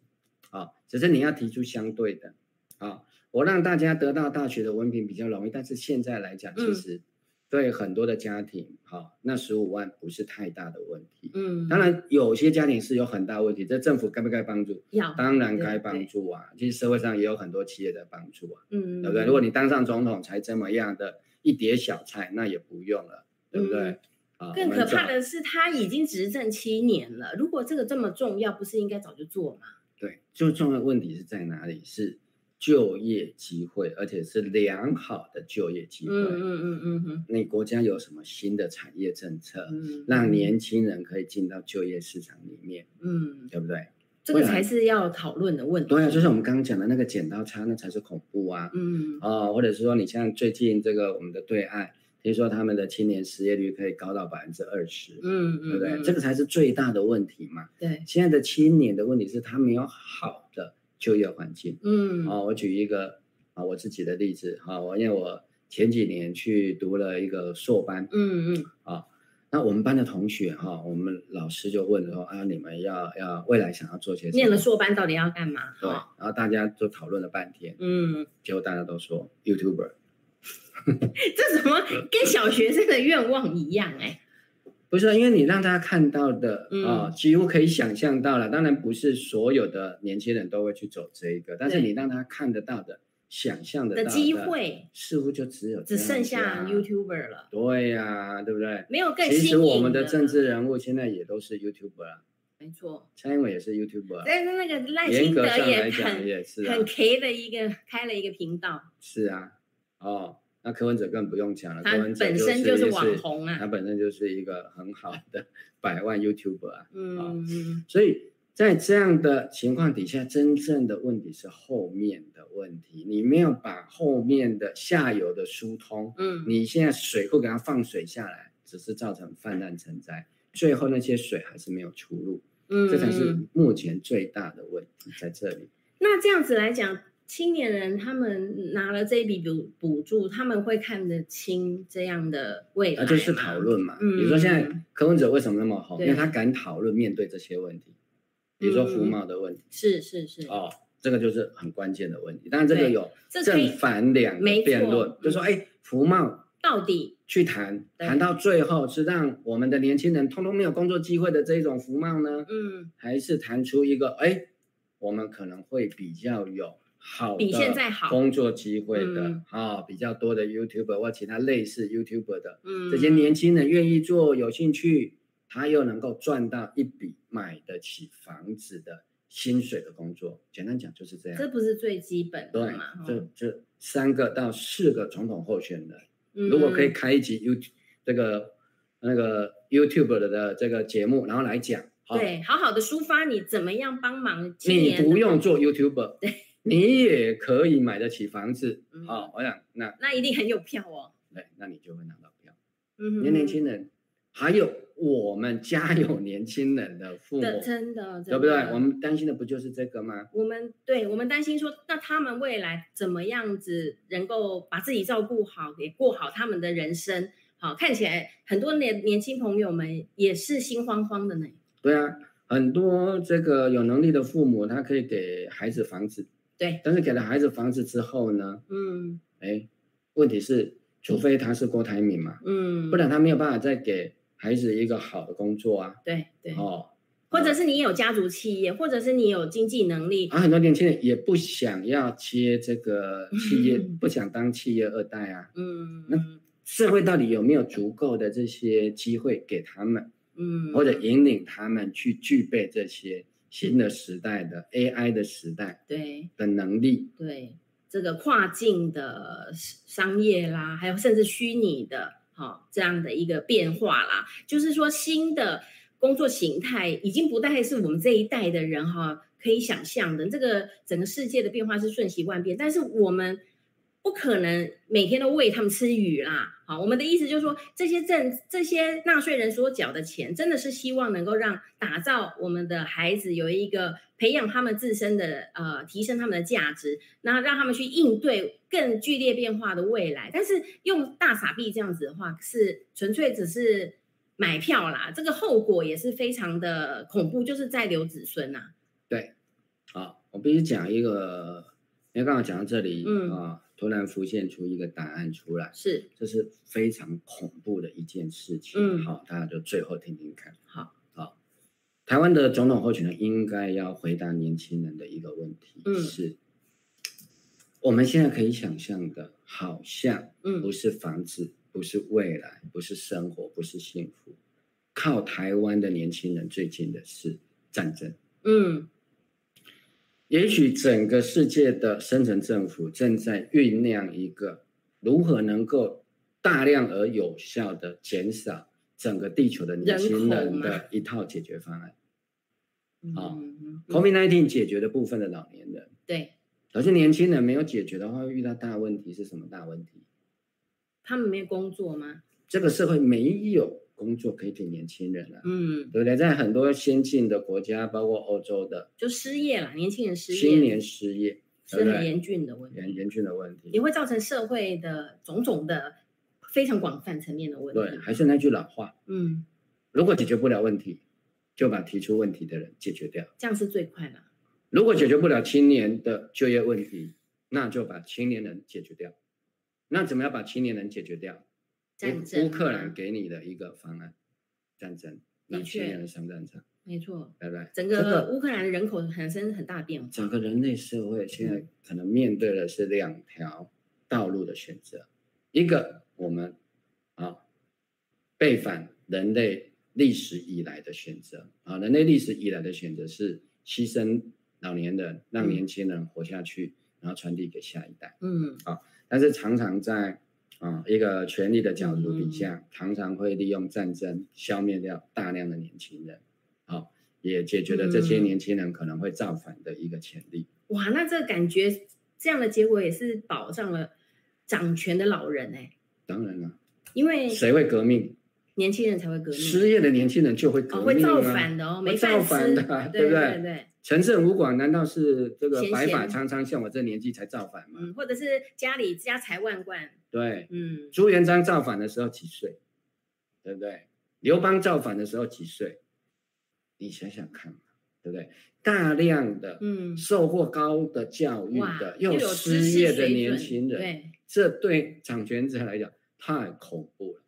Speaker 2: 啊、只是你要提出相对的，啊、我让大家得到大学的文凭比较容易，但是现在来讲，其
Speaker 1: 嗯
Speaker 2: 实对很多的家庭，好、那十五万不是太大的问题。
Speaker 1: 嗯，
Speaker 2: 当然，有些家庭是有很大问题，这政府该不该帮助？
Speaker 1: 要，
Speaker 2: 当然该
Speaker 1: 对
Speaker 2: 帮
Speaker 1: 对
Speaker 2: 助啊！其实社会上也有很多企业在帮助啊。
Speaker 1: 嗯，
Speaker 2: 对不对？如果你当上总统才这么样的一碟小菜，那也不用了，对不对
Speaker 1: 嗯？
Speaker 2: 啊，
Speaker 1: 更
Speaker 2: 我们
Speaker 1: 可怕
Speaker 2: 找
Speaker 1: 的是，他已经执政七年了。如果这个这么重要，不是应该早就做吗？
Speaker 2: 对，最重要的问题是在哪里？是就业机会，而且是良好的就业机会。
Speaker 1: 嗯嗯嗯嗯
Speaker 2: 你国家有什么新的产业政策，
Speaker 1: 嗯，
Speaker 2: 让年轻人可以进到就业市场里面，
Speaker 1: 嗯，
Speaker 2: 对不对？
Speaker 1: 这个才是要讨论的问题。
Speaker 2: 对啊，就是我们刚刚讲的那个剪刀差，那才是恐怖啊！
Speaker 1: 嗯
Speaker 2: 哦，或者是说你像最近这个我们的对岸，听说他们的青年失业率可以高到百分之二十，
Speaker 1: 嗯
Speaker 2: 对
Speaker 1: 嗯，
Speaker 2: 不对？
Speaker 1: 嗯
Speaker 2: 这个才是最大的问题嘛。
Speaker 1: 对，
Speaker 2: 现在的青年的问题是他没有好的就业环境。
Speaker 1: 嗯
Speaker 2: 啊、我举一个啊我自己的例子啊，我因为我前几年去读了一个硕班，
Speaker 1: 嗯嗯
Speaker 2: 那我们班的同学哈、我们老师就问说啊，你们要要未来想要做些什么？
Speaker 1: 念了啊硕班到底要干嘛？
Speaker 2: 对，
Speaker 1: 哈，
Speaker 2: 然后大家就讨论了半天，
Speaker 1: 嗯， (laughs)
Speaker 2: 结果大家都说 YouTuber。
Speaker 1: 这怎么跟小学生的愿望一样？哎，
Speaker 2: 不是，啊因为你让大家看到的啊、
Speaker 1: 嗯
Speaker 2: 几乎可以想象到了。当然不是所有的年轻人都会去走这一个，但是
Speaker 1: 对
Speaker 2: 你让他看得到的、想象得到
Speaker 1: 的机，会
Speaker 2: 似乎就只有
Speaker 1: 只
Speaker 2: 这样
Speaker 1: 剩
Speaker 2: 子
Speaker 1: 下
Speaker 2: 啊
Speaker 1: YouTuber 了，
Speaker 2: 对呀、对不对？
Speaker 1: 没有更
Speaker 2: 其
Speaker 1: 新
Speaker 2: 实
Speaker 1: 颖
Speaker 2: 我们的
Speaker 1: 了
Speaker 2: 政治人物现在也都是 YouTuber 啊，
Speaker 1: 没错，
Speaker 2: 蔡英文也是 YouTuber，啊、
Speaker 1: 但是那个赖
Speaker 2: 严
Speaker 1: 清
Speaker 2: 格
Speaker 1: 德
Speaker 2: 上来
Speaker 1: 也
Speaker 2: 讲
Speaker 1: 很
Speaker 2: 也是啊
Speaker 1: 很，K 的一个开了一个频道。
Speaker 2: 是啊，哦，那柯文哲更不用讲了，
Speaker 1: 他
Speaker 2: 柯文哲
Speaker 1: 本身
Speaker 2: 就
Speaker 1: 就是是
Speaker 2: 也
Speaker 1: 网红啊
Speaker 2: 他本身就是一个很好的 (laughs) 百万 YouTuber 啊。
Speaker 1: 嗯，
Speaker 2: 所以在这样的情况底下，真正的问题是后面的问题，你没有把后面的下游的疏通，
Speaker 1: 嗯，
Speaker 2: 你现在水库给它放水下来，只是造成泛滥成灾，最后那些水还是没有出路，
Speaker 1: 嗯，
Speaker 2: 这才是
Speaker 1: 嗯
Speaker 2: 目前最大的问题在这里。
Speaker 1: 那这样子来讲，青年人他们拿了这一笔补补助，他们会看得清这样的未来
Speaker 2: 那
Speaker 1: 吗，
Speaker 2: 啊就是讨论嘛，
Speaker 1: 嗯
Speaker 2: 比如说现在柯文哲为什么那么红，因
Speaker 1: 对嗯
Speaker 2: 为他敢讨论面对这些问题，比如说服贸的问题
Speaker 1: 是是是，
Speaker 2: 哦，这个就是很关键的问题。当然这个
Speaker 1: 对
Speaker 2: 有
Speaker 1: 这可
Speaker 2: 正
Speaker 1: 以
Speaker 2: 反两个
Speaker 1: 没
Speaker 2: 辩
Speaker 1: 错
Speaker 2: 论，就说
Speaker 1: 嗯
Speaker 2: 哎，服贸
Speaker 1: 到底
Speaker 2: 去谈，
Speaker 1: 对
Speaker 2: 谈到最后是让我们的年轻人通通没有工作机会的这一种服贸呢，
Speaker 1: 嗯
Speaker 2: 还是谈出一个哎，我们可能会比较有好
Speaker 1: 比现
Speaker 2: 的
Speaker 1: 在好
Speaker 2: 工作机会的
Speaker 1: 嗯
Speaker 2: 啊、比较多的 YouTuber 或其他类似 YouTuber 的
Speaker 1: 嗯
Speaker 2: 这些年轻人愿意做、有兴趣他又能够赚到一笔买得起房子的薪水的工作。简单讲就是这样。
Speaker 1: 这不是最基本的
Speaker 2: 对
Speaker 1: 嘛？哈，
Speaker 2: 这这三个到四个总统候选人，
Speaker 1: 嗯
Speaker 2: 如果可以，开一集 You 这个那个 YouTube 的这个节目，然后来讲，好，
Speaker 1: 对，好好的抒发你怎么样帮忙青
Speaker 2: 你
Speaker 1: 年的
Speaker 2: 不用做 YouTuber，
Speaker 1: 对
Speaker 2: 你也可以买得起房子
Speaker 1: 嗯。
Speaker 2: 好、我想那
Speaker 1: 那一定很有票哦。
Speaker 2: 对，那你就会拿到票。
Speaker 1: 嗯哼，
Speaker 2: 因为年轻人，还有我们家有年轻人的父母，
Speaker 1: 的真的，
Speaker 2: 对不
Speaker 1: 真
Speaker 2: 对
Speaker 1: 的？
Speaker 2: 我们担心的不就是这个吗？
Speaker 1: 我们对我们担心说，那他们未来怎么样子能够把自己照顾好，也过好他们的人生？好，看起来很多年年轻朋友们也是心慌慌的呢。
Speaker 2: 对啊，很多这个有能力的父母，他可以给孩子房子，
Speaker 1: 对，
Speaker 2: 但是给了孩子房子之后呢，
Speaker 1: 嗯
Speaker 2: 哎，问题是，除非他是郭台铭嘛，
Speaker 1: 嗯，
Speaker 2: 不然他没有办法再给孩子一个好的工作啊。
Speaker 1: 对对，
Speaker 2: 哦，
Speaker 1: 或者是你有家族企业，或者是你有经济能力，
Speaker 2: 啊，很多年轻人也不想要接这个企业，
Speaker 1: 嗯
Speaker 2: 不想当企业二代啊。
Speaker 1: 嗯
Speaker 2: 那社会到底有没有足够的这些机会给他们，
Speaker 1: 嗯，
Speaker 2: 或者引领他们去具备这些新的时代的 AI 的时代
Speaker 1: 对
Speaker 2: 的能力？
Speaker 1: 对这个跨境的商业啦，还有甚至虚拟的，好、这样的一个变化啦，就是说新的工作形态已经不再是我们这一代的人哈、可以想象的。这个整个世界的变化是瞬息万变，但是我们。不可能每天都喂他们吃鱼啦！好，我们的意思就是说，这些政这些纳税人所缴的钱，真的是希望能够让打造我们的孩子有一个培养他们自身的呃，提升他们的价值，那让他们去应对更剧烈变化的未来。但是用大傻币这样子的话，是纯粹只是买票啦，这个后果也是非常的恐怖，就是在留子孙啊呐、
Speaker 2: 好，啊我必须讲一个，因为刚好讲到这里，
Speaker 1: 嗯
Speaker 2: 啊，突然浮现出一个答案出来，
Speaker 1: 是
Speaker 2: 这是非常恐怖的一件事情。
Speaker 1: 嗯
Speaker 2: 好，大家就最后听听看。
Speaker 1: 好，
Speaker 2: 好，台湾的总统候选人应该要回答年轻人的一个问题
Speaker 1: 嗯
Speaker 2: 是：我们现在可以想象的，好像不
Speaker 1: 嗯
Speaker 2: 是房子，不是未来，不是生活，不是幸福，靠台湾的年轻人最近的是战争。
Speaker 1: 嗯
Speaker 2: 也许整个世界的深层政府正在酝酿一个如何能够大量而有效的减少整个地球的年
Speaker 1: 人
Speaker 2: 轻
Speaker 1: 口
Speaker 2: 人
Speaker 1: 吗
Speaker 2: 的一套解决方案。好
Speaker 1: 嗯，嗯
Speaker 2: COVID-19 解决的部分的老年人，
Speaker 1: 对
Speaker 2: 可是年轻人没有解决的话，会遇到大问题是什么大问题？
Speaker 1: 他们没有工作吗？
Speaker 2: 这个社会没有工作可以给年轻人啊，
Speaker 1: 嗯，
Speaker 2: 对不对？在很多先进的国家，包括欧洲的
Speaker 1: 就失业了，年轻人失
Speaker 2: 青
Speaker 1: 业
Speaker 2: 年失业，对
Speaker 1: 是
Speaker 2: 不
Speaker 1: 很
Speaker 2: 对？
Speaker 1: 严峻的问题。
Speaker 2: 严严峻的问题
Speaker 1: 也。会造成社会的种种的非常广泛层面的问
Speaker 2: 对，
Speaker 1: 题。
Speaker 2: 还是那句老话，
Speaker 1: 嗯，
Speaker 2: 如果解决不了问题，就把提出问题的人解决掉；
Speaker 1: 这样是最快的。
Speaker 2: 如果解决不了青年的就业问题，那就把青年人解决掉。那怎么样把青年人解决掉？
Speaker 1: 战
Speaker 2: 乌
Speaker 1: 争啊
Speaker 2: 乌克兰给你的一个方案，战争让
Speaker 1: 的
Speaker 2: 青
Speaker 1: 确
Speaker 2: 年人上战场，
Speaker 1: 没错，
Speaker 2: 对不对？
Speaker 1: 整
Speaker 2: 这
Speaker 1: 个
Speaker 2: 个
Speaker 1: 乌克兰的人口产生很大的变化。
Speaker 2: 整个人类社会
Speaker 1: 嗯
Speaker 2: 现在可能面对的是两条道路的选择，一个我们啊背反人类历史以来的选择啊，人类历史以来的选择是牺牲老年人，让
Speaker 1: 嗯
Speaker 2: 年轻人活下去，然后传递给下一代。
Speaker 1: 嗯
Speaker 2: 但是常常在啊一个权力的角度
Speaker 1: 嗯
Speaker 2: 底下，常常会利用战争消灭掉大量的年轻人，好、也解决了这些
Speaker 1: 嗯
Speaker 2: 年轻人可能会造反的一个潜力。
Speaker 1: 哇，那这感觉这样的结果也是保障了掌权的老人哎、
Speaker 2: 当然了，
Speaker 1: 因为
Speaker 2: 谁会革命？
Speaker 1: 年轻人才会革命，
Speaker 2: 失业的年轻人就会革
Speaker 1: 哦，
Speaker 2: 命、啊
Speaker 1: 会造反的哦，
Speaker 2: 会
Speaker 1: 没
Speaker 2: 造
Speaker 1: 饭
Speaker 2: 反
Speaker 1: 吃，
Speaker 2: 的啊、
Speaker 1: 对
Speaker 2: 不
Speaker 1: 对
Speaker 2: 对？
Speaker 1: 对，
Speaker 2: 陈胜吴广难道是这个
Speaker 1: 闲
Speaker 2: 白发
Speaker 1: 闲
Speaker 2: 苍苍，像我这年纪才造反吗？
Speaker 1: 嗯，或者是家里家财万贯，
Speaker 2: 对，
Speaker 1: 嗯，
Speaker 2: 朱元璋造反的时候几岁？对不对？刘邦造反的时候几岁？你想想看嘛，对不对？大量的
Speaker 1: 嗯
Speaker 2: 受过高的教育
Speaker 1: 哇
Speaker 2: 的，
Speaker 1: 又有知
Speaker 2: 失
Speaker 1: 识
Speaker 2: 业的
Speaker 1: 水
Speaker 2: 年
Speaker 1: 准
Speaker 2: 轻人，
Speaker 1: 对，
Speaker 2: 这对掌权者来讲太恐怖了。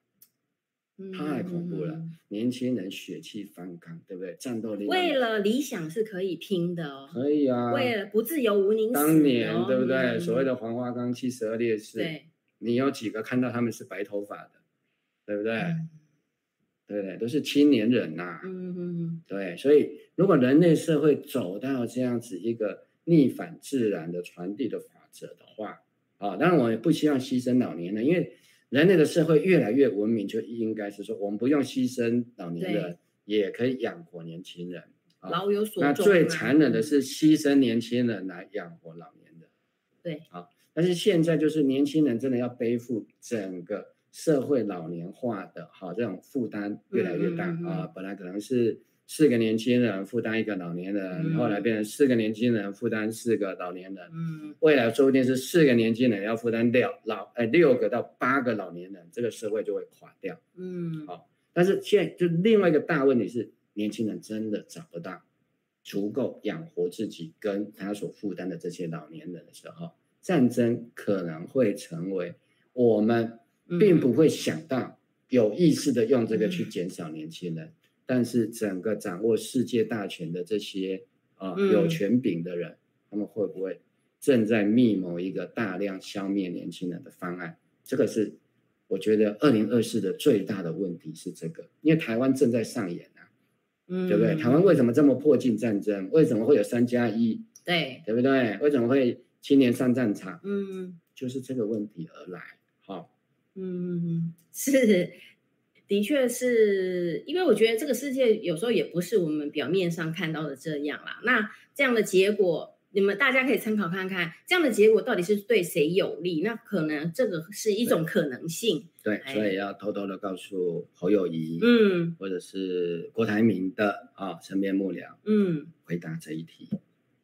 Speaker 1: 嗯
Speaker 2: 太恐怖了
Speaker 1: 嗯嗯嗯嗯
Speaker 2: 年轻人血气方刚，对不对？战斗力
Speaker 1: 为了理想是可以拼的哦，
Speaker 2: 可以啊，
Speaker 1: 为了不自由无宁死、哦。
Speaker 2: 当年对不对？
Speaker 1: 嗯
Speaker 2: 所谓的黄花岗七十二烈士，
Speaker 1: 对
Speaker 2: 你有几个看到他们是白头发的，对不对？
Speaker 1: 嗯
Speaker 2: 对不对？都是青年人呐、
Speaker 1: 嗯嗯
Speaker 2: 对，所以如果人类社会走到这样子一个逆反自然的传递的法则的话，啊，当然我也不希望牺牲老年人，因为人类的社会越来越文明，就应该是说我们不用牺牲老年人，也可以养活年轻人。
Speaker 1: 嗯，
Speaker 2: 啊
Speaker 1: 老有所
Speaker 2: 那
Speaker 1: 终
Speaker 2: 最
Speaker 1: 嘛
Speaker 2: 残忍的是牺牲年轻人来养活老年人。
Speaker 1: 对，
Speaker 2: 啊，但是现在就是年轻人真的要背负整个社会老年化的哈、这种负担越来越大
Speaker 1: 嗯嗯嗯嗯
Speaker 2: 啊，本来可能是。四个年轻人负担一个老年人，
Speaker 1: 嗯
Speaker 2: 后来变成四个年轻人负担四个老年人，
Speaker 1: 嗯
Speaker 2: 未来说不定是四个年轻人要负担六老呃六个到八个老年人，这个社会就会垮掉。
Speaker 1: 嗯
Speaker 2: 好但是现在就另外一个大问题是，年轻人真的找不到足够养活自己跟他所负担的这些老年人的时候，战争可能会成为我们
Speaker 1: 嗯
Speaker 2: 并不会想到有意识的用这个去减少年轻
Speaker 1: 嗯
Speaker 2: 人，但是整个掌握世界大权的这些啊、
Speaker 1: 嗯
Speaker 2: 有权柄的人，他们会不会正在密谋一个大量消灭年轻人的方案？这个是我觉得二零二四的最大的问题是这个，因为台湾正在上演啊，
Speaker 1: 嗯，
Speaker 2: 对不对？台湾为什么这么迫近战争？为什么会有三加一？
Speaker 1: 对，
Speaker 2: 对不对？为什么会青年上战场？
Speaker 1: 嗯。
Speaker 2: 就是这个问题而来。好、
Speaker 1: 嗯，是，的确是，因为我觉得这个世界有时候也不是我们表面上看到的这样啦。那这样的结果，你们大家可以参考看看，这样的结果到底是对谁有利？那可能这个是一种可能性。
Speaker 2: 对，
Speaker 1: 哎
Speaker 2: 所以要偷偷的告诉侯友谊，
Speaker 1: 嗯
Speaker 2: 或者是郭台铭的啊、身边幕僚，
Speaker 1: 嗯
Speaker 2: 回答这一题。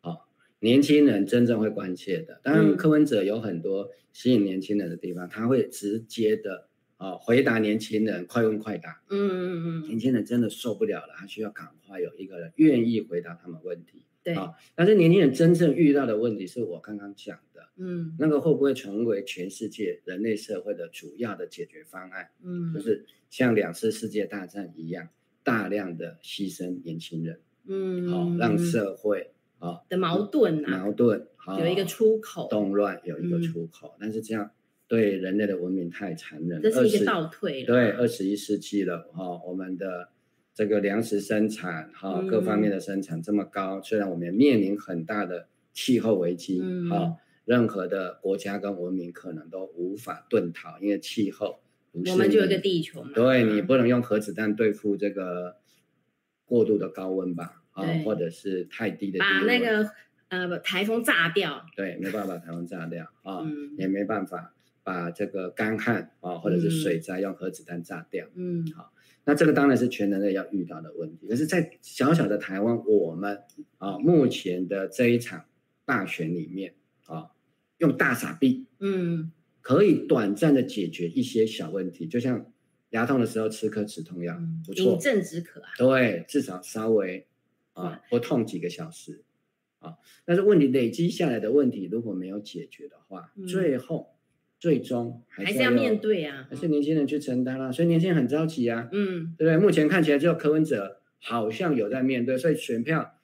Speaker 2: 哦，年轻人真正会关切的，当
Speaker 1: 嗯
Speaker 2: 然柯文哲有很多吸引年轻人的地方，他会直接的啊、回答年轻人，快问快答。
Speaker 1: 嗯嗯嗯
Speaker 2: 年
Speaker 1: 嗯，
Speaker 2: 轻人真的受不了了，他需要赶快有一个人愿意回答他们问题。
Speaker 1: 对，
Speaker 2: 啊但是年轻人真正遇到的问题是我刚刚讲的，
Speaker 1: 嗯
Speaker 2: 那个会不会成为全世界人类社会的主要的解决方案？
Speaker 1: 嗯，
Speaker 2: 就是像两次世界大战一样，大量的牺牲年轻人，
Speaker 1: 嗯，
Speaker 2: 好、让社会啊、
Speaker 1: 的矛盾啊
Speaker 2: 矛盾啊
Speaker 1: 有一个出口，
Speaker 2: 动乱有一个
Speaker 1: 嗯
Speaker 2: 出口，但是这样对人类的文明太残忍，
Speaker 1: 这是一个
Speaker 2: 20
Speaker 1: 倒退了啊
Speaker 2: 对，
Speaker 1: 嘛
Speaker 2: 二十一世纪了哈、我们的这个粮食生产哈、
Speaker 1: 嗯
Speaker 2: 各方面的生产这么高，虽然我们也面临很大的气候危机哈、
Speaker 1: 嗯
Speaker 2: 哦任何的国家跟文明可能都无法遁逃，因为气候不是
Speaker 1: 我们就有一
Speaker 2: 你
Speaker 1: 个地球嘛，
Speaker 2: 对你
Speaker 1: 嗯
Speaker 2: 不能用核子弹对付这个过度的高温吧？啊、
Speaker 1: 对
Speaker 2: 或者是太低的
Speaker 1: 把那
Speaker 2: 低温
Speaker 1: 个呃台风炸掉，
Speaker 2: 对，没办法把台湾炸掉啊、
Speaker 1: 嗯
Speaker 2: 也没办法把这个干旱啊、或者是水灾用核子弹炸掉。
Speaker 1: 嗯
Speaker 2: 那这个当然是全人类要遇到的问题。可是，在小小的台湾，我们啊、目前的这一场大选里面啊、用大傻逼
Speaker 1: 嗯
Speaker 2: 可以短暂的解决一些小问题，就像牙痛的时候吃颗止痛药，
Speaker 1: 嗯，
Speaker 2: 不错
Speaker 1: 饮，鸩止渴啊，
Speaker 2: 对，至少稍微啊不痛几个小时啊。但是问题累积下来的问题如果没有解决的话，
Speaker 1: 嗯
Speaker 2: 最后最终还
Speaker 1: 还
Speaker 2: 是
Speaker 1: 是要
Speaker 2: 用
Speaker 1: 面，对啊。
Speaker 2: 还是年轻人去承担啦、所以年轻人很着急啊，
Speaker 1: 嗯，
Speaker 2: 对不对？目前看起来只有柯文哲好像有在面对，所以选票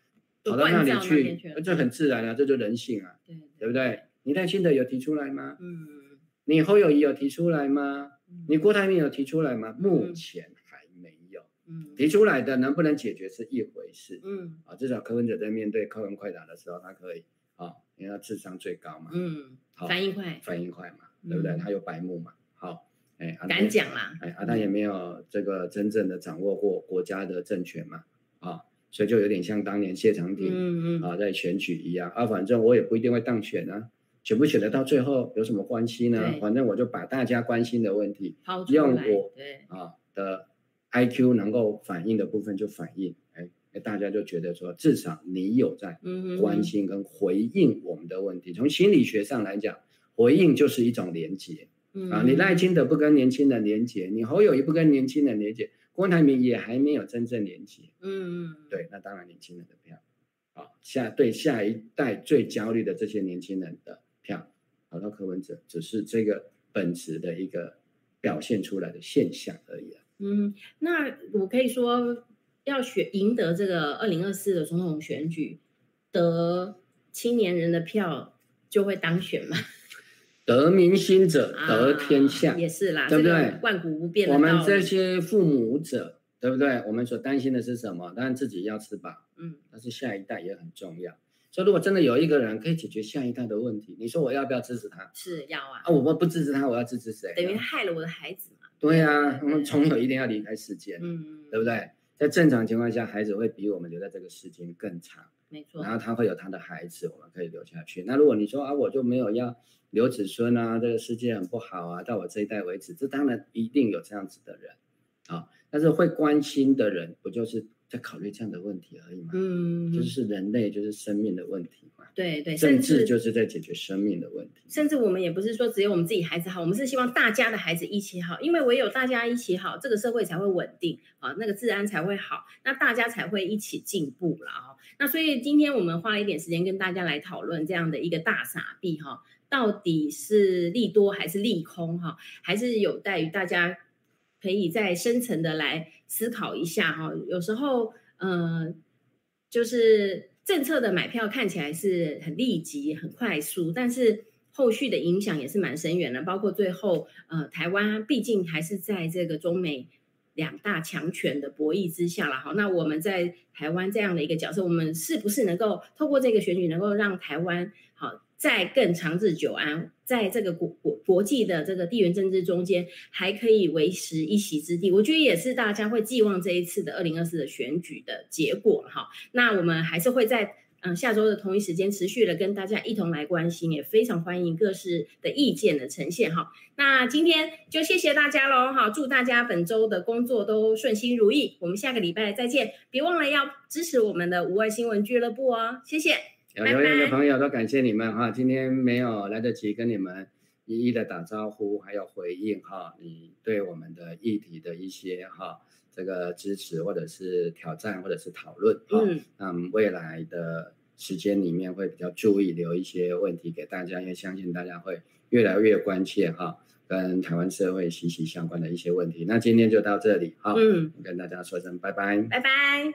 Speaker 2: 跑到那里
Speaker 1: 都灌到那边去
Speaker 2: 去
Speaker 1: 了，
Speaker 2: 这很自然啊，这就人性啊，
Speaker 1: 对
Speaker 2: 对不对？你赖清德有提出来吗？
Speaker 1: 嗯
Speaker 2: 你侯友谊有提出来吗？
Speaker 1: 嗯
Speaker 2: 你郭台铭有提出来吗？目
Speaker 1: 嗯
Speaker 2: 前还没有。
Speaker 1: 嗯
Speaker 2: 提出来的能不能解决是一回事
Speaker 1: 嗯
Speaker 2: 啊，至少柯文哲在面对快问快答的时候，他可以啊，因为他智商最高嘛，
Speaker 1: 嗯，
Speaker 2: 好
Speaker 1: 反应快，
Speaker 2: 反应快嘛，对不对？
Speaker 1: 嗯
Speaker 2: 他有白目嘛，好，哎，啊
Speaker 1: 敢，讲啦。
Speaker 2: 哎，啊，他也没有这个真正的掌握过国家的政权嘛，啊，所以就有点像当年谢长廷
Speaker 1: 嗯嗯
Speaker 2: 啊在选举一样啊，反正我也不一定会当选啊，选不选得到最后有什么关系呢
Speaker 1: 对？
Speaker 2: 反正我就把大家关心的问题
Speaker 1: 抛出
Speaker 2: 用
Speaker 1: 来，
Speaker 2: 我
Speaker 1: 对，
Speaker 2: 啊的 IQ 能够反映的部分就反映，哎，哎大家就觉得说，至少你有在
Speaker 1: 嗯嗯
Speaker 2: 关心跟回应我们的问题。从心理学上来讲，回应就是一种连接
Speaker 1: 嗯
Speaker 2: 啊。你赖清德不跟年轻人连接，你侯友谊不跟年轻人连接，郭台铭也还没有真正连接。
Speaker 1: 嗯嗯
Speaker 2: 对，那当然年轻人的票，啊，下对下一代最焦虑的这些年轻人的票，跑到柯文哲，只是这个本质的一个表现出来的现象而已啊。
Speaker 1: 嗯，那我可以说要选赢得这个二零二四的总统选举，得青年人的票就会当选嘛？
Speaker 2: 得民心者
Speaker 1: 啊
Speaker 2: 得天下，
Speaker 1: 也是啦，
Speaker 2: 对不
Speaker 1: 这个
Speaker 2: 对
Speaker 1: 万古不变的
Speaker 2: 我们
Speaker 1: 道
Speaker 2: 这
Speaker 1: 理
Speaker 2: 些父母者对不对？我们所担心的是什么？当然自己要吃饱，
Speaker 1: 嗯，
Speaker 2: 但是下一代也很重要。所以如果真的有一个人可以解决下一代的问题，你说我要不要支持他？
Speaker 1: 是要啊，
Speaker 2: 啊，我不不支持他，我要支持谁呢？
Speaker 1: 等于害了我的孩子嘛，
Speaker 2: 对呀、我们总有一天要离开世界，
Speaker 1: 嗯，
Speaker 2: 对不对？在正常情况下，孩子会比我们留在这个世间更长，
Speaker 1: 没错
Speaker 2: 然，后他会有他的孩子，我们可以留下去。那如果你说啊，我就没有要留子孙啊，这个世界很不好啊，到我这一代为止，这当然一定有这样子的人啊，但是会关心的人，不就是在考虑这样的问题而已吗？
Speaker 1: 嗯，
Speaker 2: 这就是人类就是生命的问题嘛，
Speaker 1: 对对，
Speaker 2: 政
Speaker 1: 甚
Speaker 2: 治
Speaker 1: 至
Speaker 2: 就是在解决生命的问题。
Speaker 1: 甚至我们也不是说只有我们自己孩子好，我们是希望大家的孩子一起好，因为唯有大家一起好，这个社会才会稳定啊，那个治安才会好，那大家才会一起进步了哦。那所以今天我们花了一点时间跟大家来讨论这样的一个大傻逼哈、到底是利多还是利空哈、还是有待于大家可以再深层的来思考一下哈、有时候呃，就是政策的买票看起来是很立即、很快速，但是后续的影响也是蛮深远的。包括最后，呃，台湾毕竟还是在这个中美两大强权的博弈之下了。好，那我们在台湾这样的一个角色，我们是不是能够透过这个选举，能够让台湾好再更长治久安，在这个国国国际的这个地缘政治中间，还可以维持一席之地？我觉得也是大家会寄望这一次的二零二四的选举的结果。哈，那我们还是会在嗯、呃下周的同一时间持续的跟大家一同来关心，也非常欢迎各式的意见的呈现哈。那今天就谢谢大家喽哈，祝大家本周的工作都顺心如意，我们下个礼拜再见，别忘了要支持我们的无二新闻俱乐部哦，谢谢，
Speaker 2: 有
Speaker 1: 拜
Speaker 2: 留言的
Speaker 1: 拜
Speaker 2: 朋友都感谢你们哈，今天没有来得及跟你们一一的打招呼，还有回应哈，你对我们的议题的一些哈这个支持或者是挑战或者是讨论哈，
Speaker 1: 嗯，
Speaker 2: 那我们未来的时间里面会比较注意留一些问题给大家，因为相信大家会越来越关切哈，跟台湾社会息息相关的一些问题。那今天就到这里哈，
Speaker 1: 嗯，
Speaker 2: 跟大家说声拜拜。
Speaker 1: 拜拜。